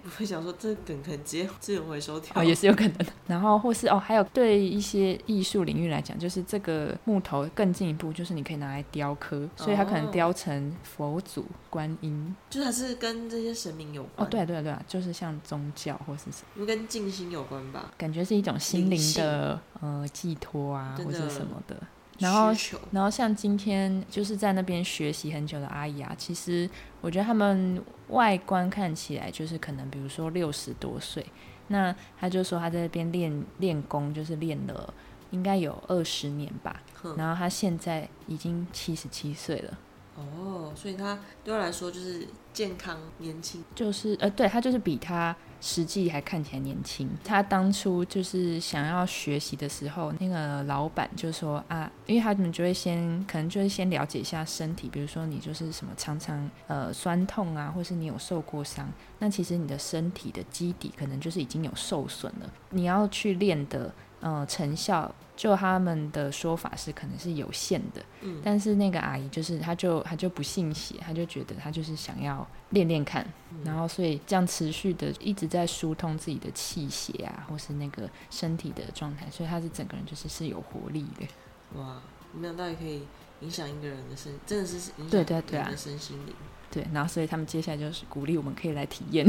Speaker 2: 我会想说这梗可能直接资源回收掉，
Speaker 1: 哦，也是有可能的。然后或是哦，还有对一些艺术领域来讲，就是这个木头更进一步，就是你可以拿来雕刻，所以它可能
Speaker 2: 哦
Speaker 1: 雕成佛祖、观音。
Speaker 2: 就是还是跟这些神明有
Speaker 1: 哦，
Speaker 2: 关，
Speaker 1: 对啊，对啊，对啊，就是像宗教或是什么，
Speaker 2: 因为跟静心有关吧，
Speaker 1: 感觉是一种心
Speaker 2: 灵
Speaker 1: 灵
Speaker 2: 性
Speaker 1: 的呃寄托啊，
Speaker 2: 真
Speaker 1: 或
Speaker 2: 的
Speaker 1: 是什么的。然后
Speaker 2: 需求
Speaker 1: 然后像今天就是在那边学习很久的阿姨啊，其实我觉得他们外观看起来就是可能，比如说六十多岁，那他就说他在那边练练功，就是练了应该有二十年吧，
Speaker 2: 哼
Speaker 1: 然后他现在已经七十七岁了。
Speaker 2: 哦，所以他对他来说就是健康、年轻，
Speaker 1: 就是呃，对他就是比他实际还看起来年轻。他当初就是想要学习的时候，那个老板就说啊，因为他们就会先可能就是先了解一下身体，比如说你就是什么常常呃酸痛啊，或是你有受过伤，那其实你的身体的基底可能就是已经有受损了，你要去练的呃成效。就他们的说法是，可能是有限的，
Speaker 2: 嗯，
Speaker 1: 但是那个阿姨就是，她就她就不信邪，她就觉得她就是想要练练看，
Speaker 2: 嗯
Speaker 1: 然后所以这样持续的一直在疏通自己的气血啊，或是那个身体的状态，所以她是整个人就是是有活力的。
Speaker 2: 哇，没想到也可以影响一个人的身，真的是影响
Speaker 1: 对对对啊
Speaker 2: 人的身心灵，
Speaker 1: 对，然后所以他们接下来就是鼓励我们可以来体验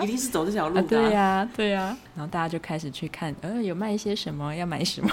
Speaker 2: 一定是走这条路
Speaker 1: *laughs* 啊，
Speaker 2: 的啊、
Speaker 1: 对呀、对呀、然后大家就开始去看，呃，有卖一些什么，要买什么，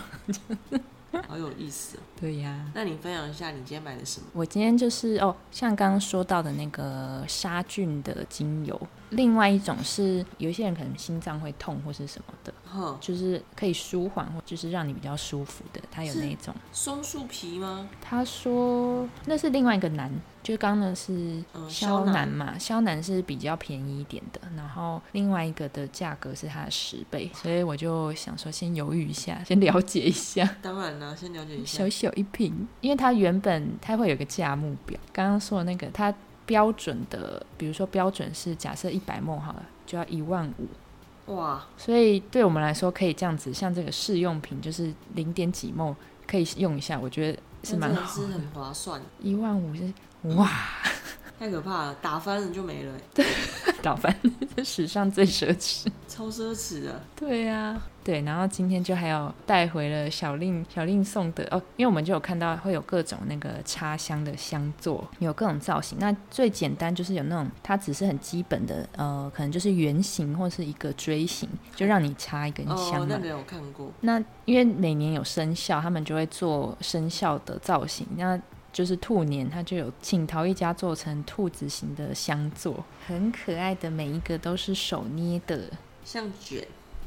Speaker 2: 好有意思哦、
Speaker 1: *laughs* 对呀、
Speaker 2: 那你分享一下你今天买的什么？
Speaker 1: 我今天就是哦，像刚刚说到的那个杀菌的精油，另外一种是有一些人可能心脏会痛或是什么的，
Speaker 2: 哼，
Speaker 1: 就是可以舒缓或就是让你比较舒服的，它有
Speaker 2: 是
Speaker 1: 那一种。
Speaker 2: 松树皮吗？
Speaker 1: 他说那是另外一个男，就刚刚的是
Speaker 2: 嗯
Speaker 1: 肖
Speaker 2: 肖
Speaker 1: 楠
Speaker 2: 楠
Speaker 1: 嘛，肖楠是比较便宜一点的，然后另外一个的价格是它的十倍，所以我就想说先犹豫一下， *laughs* 先了解一下。
Speaker 2: 当然啦、先了解一下
Speaker 1: 小。 *laughs* 小一瓶，因为它原本它会有个价目表，刚刚说的那个它标准的，比如说标准是假设一百梦好了，就要一万五，
Speaker 2: 哇，
Speaker 1: 所以对我们来说可以这样子，像这个试用品就是零点几梦可以用一下，我觉得是
Speaker 2: 那
Speaker 1: 蛮
Speaker 2: 真的
Speaker 1: 好
Speaker 2: 是
Speaker 1: 的。
Speaker 2: 很划算，
Speaker 1: 一万五是哇，
Speaker 2: 太可怕了，打翻了就没了、欸
Speaker 1: 倒翻这 *laughs* 史上最奢侈。
Speaker 2: 超奢侈的。
Speaker 1: 对呀、对，然后今天就还有带回了小令小令送的哦，因为我们就有看到会有各种那个插香的香座，有各种造型。那最简单就是有那种它只是很基本的，呃，可能就是圆形或是一个锥形，就让你插一根香啊
Speaker 2: 哦，
Speaker 1: 嘛。
Speaker 2: 那个有看过，
Speaker 1: 那因为每年有生肖，他们就会做生肖的造型。那就是兔年，它就有请陶艺家做成兔子型的香座，很可爱的，每一个都是手捏的。
Speaker 2: 像卷，
Speaker 1: *laughs*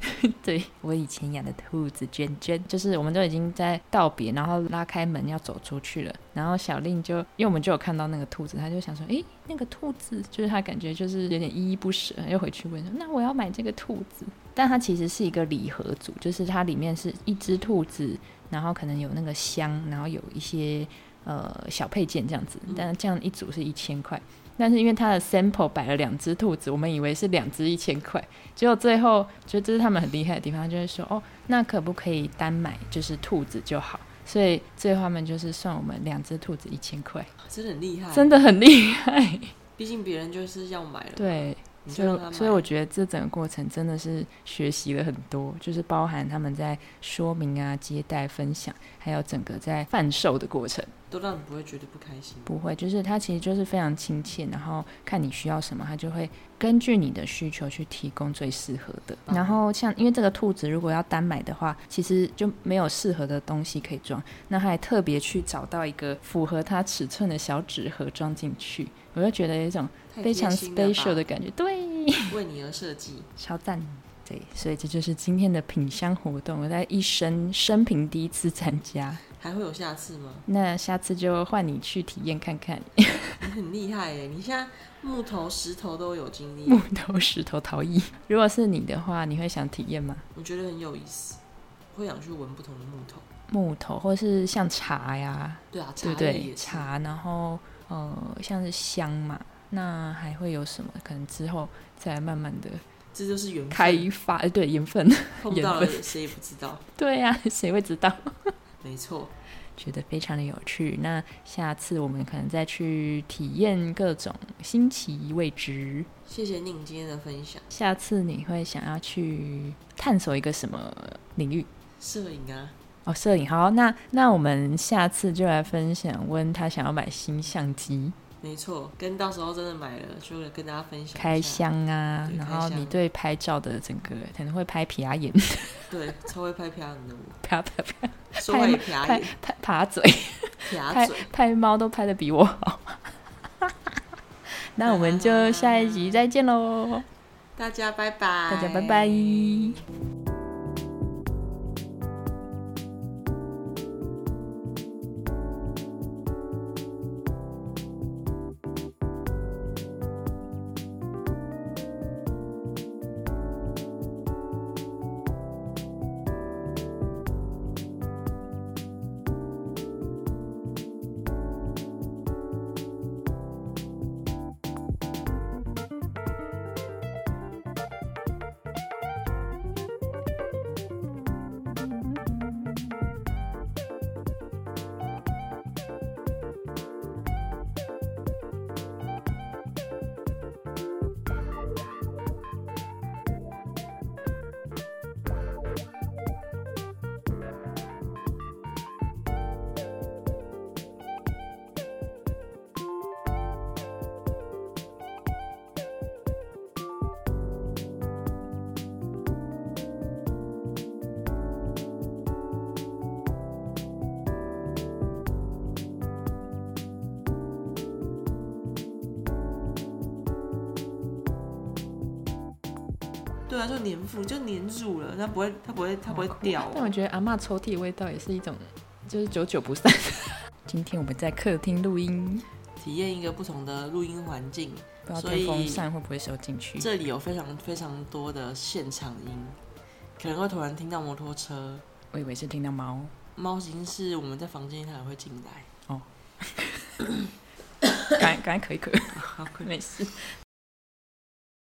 Speaker 1: 对我以前养的兔子娟娟，就是我们都已经在道别，然后拉开门要走出去了，然后小令就，因为我们就有看到那个兔子，他就想说，诶，那个兔子，就是他感觉就是有点依依不舍，又回去问说，那我要买这个兔子，但它其实是一个礼盒组，就是它里面是一只兔子，然后可能有那个香，然后有一些呃小配件这样子
Speaker 2: 嗯，
Speaker 1: 但这样一组是一千块。但是因为它的 sample 摆了两只兔子，我们以为是两只一千块，结果最后觉得这是他们很厉害的地方，他就会说哦，那可不可以单买就是兔子就好？所以最后他们就是算我们两只兔子一千块，
Speaker 2: 真的很厉害。
Speaker 1: 真的很厉害。
Speaker 2: 毕竟别人就是要买了，，
Speaker 1: 对，
Speaker 2: 你就
Speaker 1: 所
Speaker 2: 让他买。
Speaker 1: 以所以我觉得这整个过程真的是学习了很多，就是包含他们在说明啊、接待、分享，还有整个在贩售的过程。
Speaker 2: 都让你不会觉得不开心。
Speaker 1: 不会，就是他其实就是非常亲切，然后看你需要什么，他就会根据你的需求去提供最适合的。
Speaker 2: 嗯
Speaker 1: 然后像因为这个兔子如果要单买的话，其实就没有适合的东西可以装，那他还特别去找到一个符合它尺寸的小纸盒装进去，我就觉得有一种
Speaker 2: 太
Speaker 1: 非
Speaker 2: 贴
Speaker 1: 常
Speaker 2: 心了吧
Speaker 1: special 的感觉，对，
Speaker 2: 为你而设计，
Speaker 1: 超赞。对，所以这就是今天的品香活动，我在一生生平第一次参加。
Speaker 2: 还会有下次吗？
Speaker 1: 那下次就换你去体验看看， *laughs*
Speaker 2: 你很厉害耶！你现在木头、石头都有经历，
Speaker 1: 木头石头陶艺。如果是你的话，你会想体验吗？
Speaker 2: 我觉得很有意思，会想去闻不同的木头。
Speaker 1: 木头，或是像茶呀，
Speaker 2: 对啊，茶
Speaker 1: 对不
Speaker 2: 叶
Speaker 1: 对？
Speaker 2: 也是
Speaker 1: 茶，然后呃，像是香嘛，那还会有什么？可能之后再慢慢的
Speaker 2: 这就是缘分
Speaker 1: 开发，呃对，缘分。 *laughs*
Speaker 2: 碰
Speaker 1: 缘
Speaker 2: 到了
Speaker 1: 分
Speaker 2: 也谁也不知道。
Speaker 1: 对呀、谁会知道？
Speaker 2: 没错，
Speaker 1: 觉得非常的有趣。那下次我们可能再去体验各种新奇未知。
Speaker 2: 谢谢宁今天的分享，
Speaker 1: 下次你会想要去探索一个什么领域？
Speaker 2: 摄影啊，
Speaker 1: 哦，摄影好，那那我们下次就来分享温他想要买新相机
Speaker 2: 没错，跟到时候真的买了，就跟大家分享一下
Speaker 1: 开，箱啊，
Speaker 2: 对
Speaker 1: 然
Speaker 2: 开
Speaker 1: 后你
Speaker 2: 箱
Speaker 1: 对拍照的整个可能会拍皮啊 *laughs* 眼，
Speaker 2: 对，超会拍
Speaker 1: *laughs*
Speaker 2: 啪的我，
Speaker 1: 啪啪啪
Speaker 2: 说话也啪
Speaker 1: 拍
Speaker 2: 眼
Speaker 1: 拍爬嘴， *laughs*
Speaker 2: 啪
Speaker 1: 拍
Speaker 2: 嘴，
Speaker 1: 拍猫都拍的比我好。 *laughs* 那我们就下一集再见喽，
Speaker 2: 大家拜拜，
Speaker 1: 大家拜拜。
Speaker 2: 对啊，就粘附，就粘住了，它不会，它不会，它不会掉哦。
Speaker 1: 但我觉得阿嬷抽屉的味道也是一种，就是久久不散。 *laughs* 今天我们在客厅录音，
Speaker 2: 体验一个不同的录音环境，
Speaker 1: 不知道
Speaker 2: 所
Speaker 1: 电风
Speaker 2: 以
Speaker 1: 扇会不会收进去？
Speaker 2: 这里有非常非常多的现场音，可能会突然听到摩托车，
Speaker 1: 我以为是听到猫。
Speaker 2: 猫已经是我们在房间，它也会进来。 *laughs*
Speaker 1: 赶赶快咳一咳，没事。